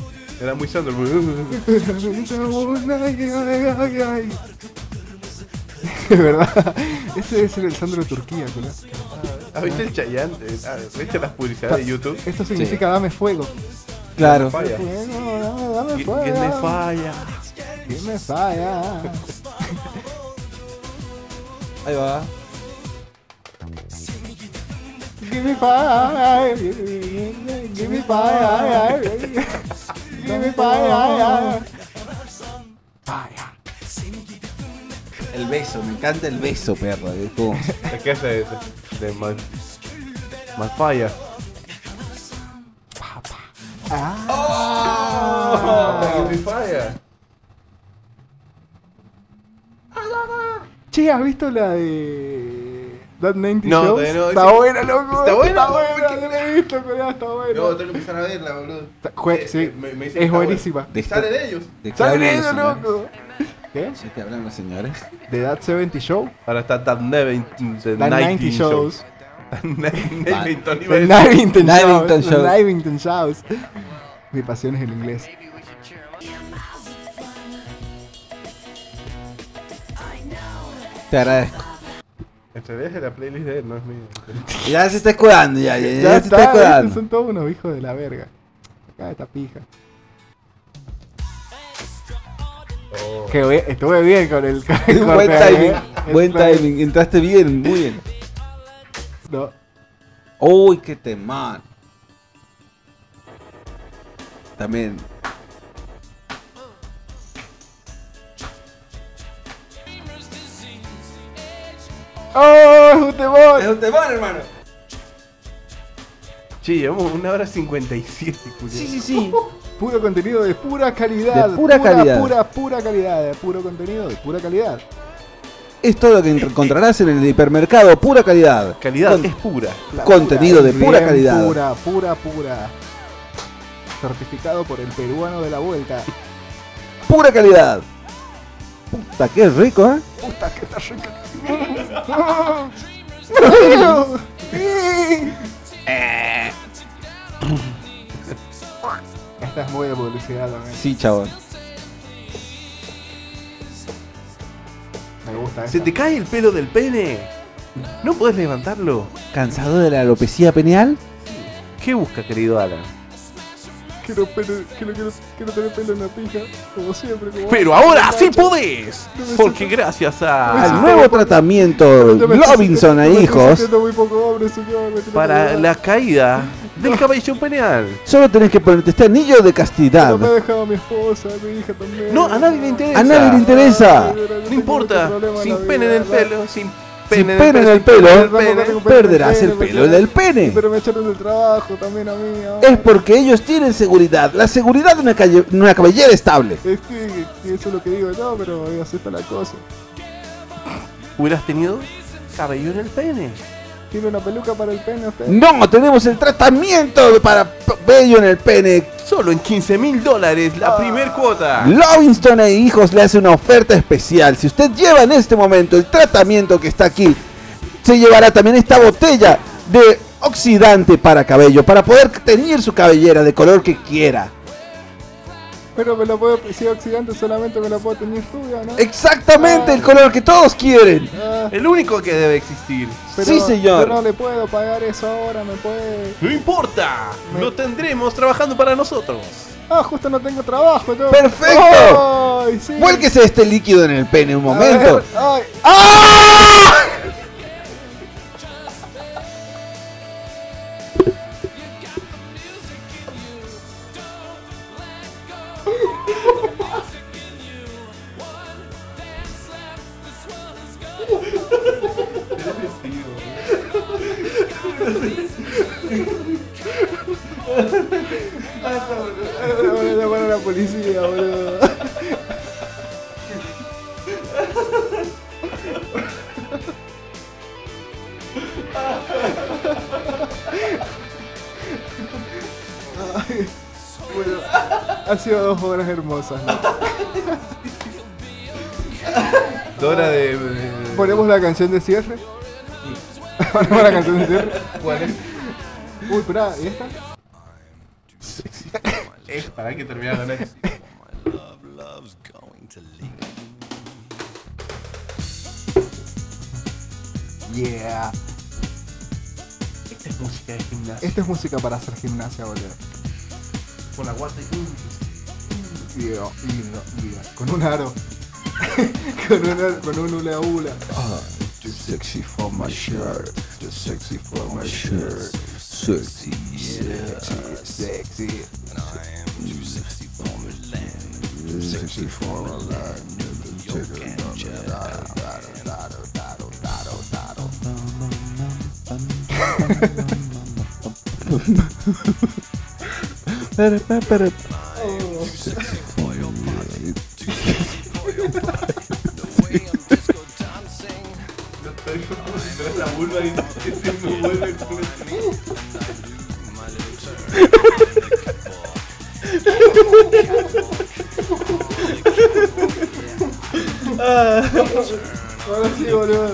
S1: Era muy sandro.
S3: Es verdad, ese es el Sandro de Turquía, culo.
S1: ¿Has visto Ah, el Chayanne? Eh, ah, ¿Viste las publicidades de YouTube?
S3: Esto significa dame fuego.
S2: Claro.
S1: Falla.
S3: Fuego, dame, dame
S1: Que- que me
S3: fuego.
S1: falla?
S3: Que me falla.
S2: Ahí va.
S3: Give me fire. Give me fire. Give me fire.
S2: El beso, me encanta el beso, perro. Es como-
S1: ¿De ¿Qué hace eso? De mal. Mal falla.
S3: Ah.
S1: me falla?
S3: Che, ¿has visto la de. That 90
S1: No,
S3: Shows?
S1: todavía no,
S3: está
S1: esa-
S3: buena, loco.
S1: ¿Está buena?
S3: Está buena,
S1: Uy, qué-
S3: no la he visto, culiao, está buena.
S1: No, tengo que empezar a verla, boludo.
S3: Está- jue-
S1: Eh,
S3: sí,
S1: me- me dice que
S3: es
S1: está
S3: buenísima.
S2: De-
S1: Sale de ellos.
S2: de-
S3: ¡Sale
S2: de-
S3: eso,
S2: de-
S3: loco! ¿Qué?
S2: Si te hablan los señores.
S3: ¿The That 70 Show?
S1: Ahora está That Nevin, The
S3: The 90 Shows.
S1: Nevington iba a
S3: The
S1: decir.
S3: 90
S2: Nivington
S3: Shows.
S2: Shows.
S3: The 90 Shows. Mi pasión es el inglés.
S2: Te agradezco.
S1: Este es de la playlist de él, no es mío.
S2: Ya se está escudando, ya, ya, ya,
S3: Ya
S2: se está
S3: está, estos
S2: escudando.
S3: son todos unos hijos de la verga. Acá esta pija.
S1: Oh.
S3: Que bien- estuve bien con el con el
S2: Buen
S3: corte, ¿eh?
S2: timing, buen
S3: Estuve-
S2: timing, entraste bien, muy bien.
S3: No,
S2: Uy, qué temán. También.
S3: ¡Oh, es un temor!
S2: un temán, hermano.
S1: Che, llevamos una hora 57, culiao.
S2: Sí, sí, sí.
S3: Puro contenido de pura calidad.
S2: De pura calidad.
S3: Pura, pura calidad. De puro contenido de pura calidad.
S2: Es todo lo que encontrarás en el hipermercado, pura calidad.
S1: Calidad
S2: Con-
S1: es pura.
S3: La
S2: Contenido de pura
S3: bien
S2: calidad.
S3: Pura, pura, pura. Certificado por el peruano de la vuelta.
S2: pura calidad. Puta, qué rico, ¿eh?
S3: Puta, que está rica. Esta es muy de publicidad también.
S2: Sí, chabón.
S3: Me gusta
S1: ¿Se
S3: esta.
S1: te cae el pelo del pene? ¿No puedes levantarlo?
S2: ¿Cansado de la alopecia peneal?
S1: ¿Qué busca, querido Alan?
S3: Quiero, pelo, quiero, quiero, quiero tener pelo en la pija, como siempre. Como
S1: Pero ahora sí podés. Porque gracias
S2: Al
S1: a...
S2: nuevo tratamiento
S3: Yo me estoy
S2: Robinson a
S3: sintiendo- yo me estoy
S2: hijos,
S3: sintiendo muy poco hombre, señor, me tiene
S1: Para
S3: que-
S1: la caída del cabello peneal.
S2: solo tenés que ponerte este anillo de castidad.
S3: No me ha dejado a mi esposa, a mi hija también.
S1: No, a nadie le interesa.
S2: A nadie le interesa.
S1: No importa. Sin pene en el pelo. Sin
S2: Sin
S1: pene,
S2: pene en el
S1: sin
S2: pelo,
S1: pene en el pene.
S2: perderás el pelo del pene.
S3: Pero me echaron del trabajo también a mí. ¿ah? ahora.
S2: Es porque ellos tienen seguridad, la seguridad de una, calle- una cabellera estable.
S3: Es que que eso es lo que digo, no, pero eh, así está la cosa.
S1: Hubieras tenido cabello en el pene.
S3: Tiene una peluca para el pene usted.
S2: No, tenemos el tratamiento de- para p- vello en el pene.
S1: Solo en 15 mil dólares la primer cuota.
S2: Lovingston e hijos le hace una oferta especial. Si usted lleva en este momento el tratamiento que está aquí, se llevará también esta botella de oxidante para cabello, para poder teñir su cabellera de color que quiera.
S3: Pero me lo puedo, si es oxidante solamente me lo puedo tener rubia, ¿no?
S2: Exactamente el color que todos quieren.
S3: Ah,
S1: El único que debe existir.
S3: pero
S2: sí, señor.
S3: Yo no le puedo pagar eso ahora, me puede.
S1: No importa. Lo tendremos trabajando para nosotros.
S3: Ah, justo no tengo trabajo, ¿no?
S2: ¡Perfecto!
S3: ¡Ay, sí!
S2: Vuélquese este líquido en el pene un
S3: A
S2: momento.
S3: ver, ay,
S2: ¡Ah!
S3: ahora voy a llamar a la policía, boludo. Ay, Bueno, han sido dos horas hermosas. ¿no?
S1: Dora de.
S3: Ponemos la canción de cierre. Ponemos la canción de cierre. Uy, pará, ¿y esta?
S1: para eh, que terminar con esto.
S3: Yeah.
S1: Esta es música de gimnasio.
S3: Esta es música para hacer gimnasia, boludo.
S1: Con la guata y
S3: Video, video, video. Con un aro. con un aro, con un hula hula.
S2: Sexy for my shirt, sexy for my shirt, sexy,
S3: Sexy.
S2: sexy for my
S1: la vulva y se me vuelve
S3: Ahora sí, boludo.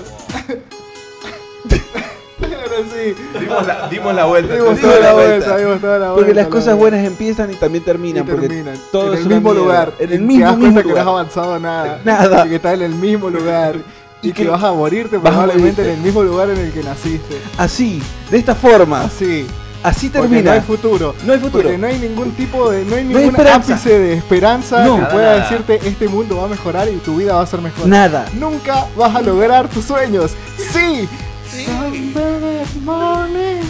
S3: Ahora sí.
S1: Dimos la, dimos la vuelta.
S3: Dimos
S1: entonces.
S3: toda la
S7: vuelta.
S3: vuelta, dimos toda la vuelta.
S7: Porque las cosas
S3: boludo.
S7: buenas empiezan y también terminan.
S3: Y
S7: porque
S3: terminan.
S7: todo
S3: en
S7: es
S3: el
S7: una
S3: mismo
S7: mierda.
S3: lugar.
S7: En el
S3: Te
S7: mismo,
S3: das
S7: mismo
S3: cuenta que no
S7: lugar.
S3: has avanzado nada.
S7: Nada.
S3: Y que estás en el mismo lugar. Y,
S7: Y
S3: que,
S7: que
S3: vas a morirte
S7: vas a
S3: probablemente en
S7: morirte.
S3: el mismo lugar en el que naciste.
S7: Así, de esta forma,
S3: Así.
S7: así
S3: Porque no
S7: termina.
S3: hay futuro.
S7: No hay futuro.
S3: Porque no hay ningún tipo de. No hay
S7: No hay
S3: ningún
S7: esperanza.
S3: ápice de esperanza
S7: No.
S3: que
S7: Nada,
S3: pueda
S1: nada.
S3: decirte este mundo va a mejorar y tu vida va a ser mejor.
S7: Nada.
S3: Nunca vas a lograr tus sueños. Sí. Sunday morning,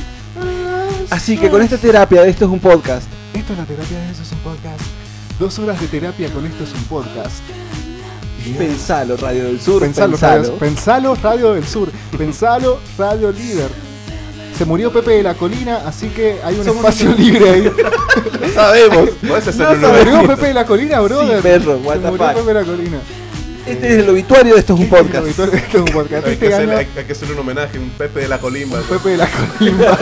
S7: Así que con esta terapia de esto es un podcast.
S3: Esto es la terapia de Eso es un podcast. Dos horas de terapia con Esto es un podcast.
S7: Pensalo, Radio del Sur.
S3: Pensalo,
S7: Pensalo.
S3: Radio, pensalo Radio del Sur. Pensalo Radio Líder. Se murió Pepe de la Colina, así que hay un espacio libre ahí. Ah,
S7: No sabemos.
S1: Podés hacer
S7: No
S1: un
S3: Se
S1: nuevo
S7: sabemos.
S3: murió
S1: disco.
S3: Pepe de la Colina, brother.
S7: perro, what
S3: Se
S7: the
S3: murió
S7: fuck.
S3: Pepe de la Colina.
S7: Este es el obituario de esto es un podcast.
S3: Esto es un podcast.
S1: Hay que,
S3: Este
S1: hacer,
S3: año,
S1: hay, hay que hacer un homenaje, un Pepe de la Colimba.
S3: Pepe de la Colina.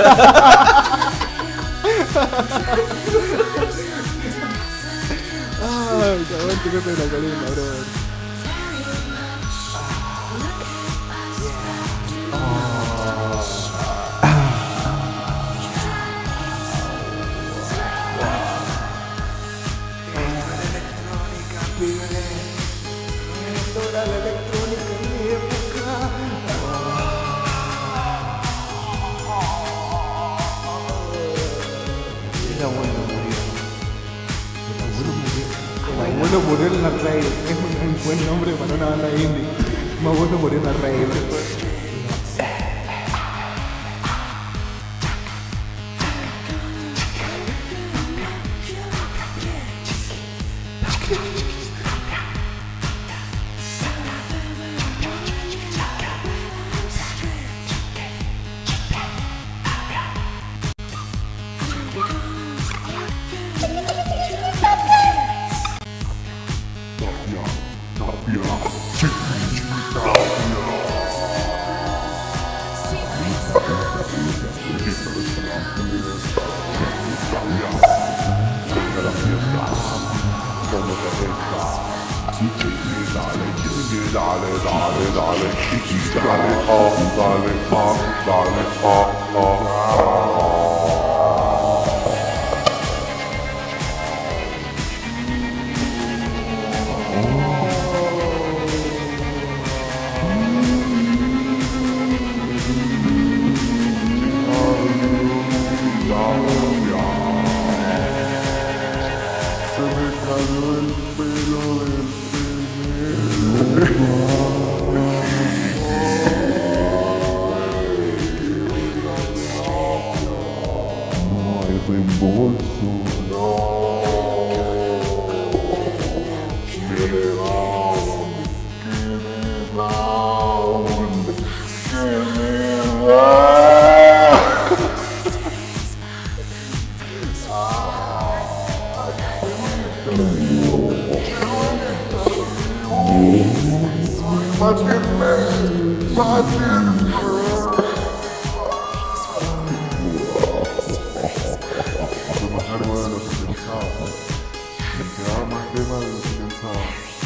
S3: Ay, cabrón, que Pepe de la Colina, brother. Mi abuelo murió en la rave. Es un, un buen nombre para una banda indie. Mi abuelo murió en la rave.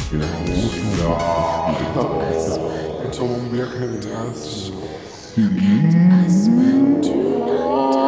S6: Tonight,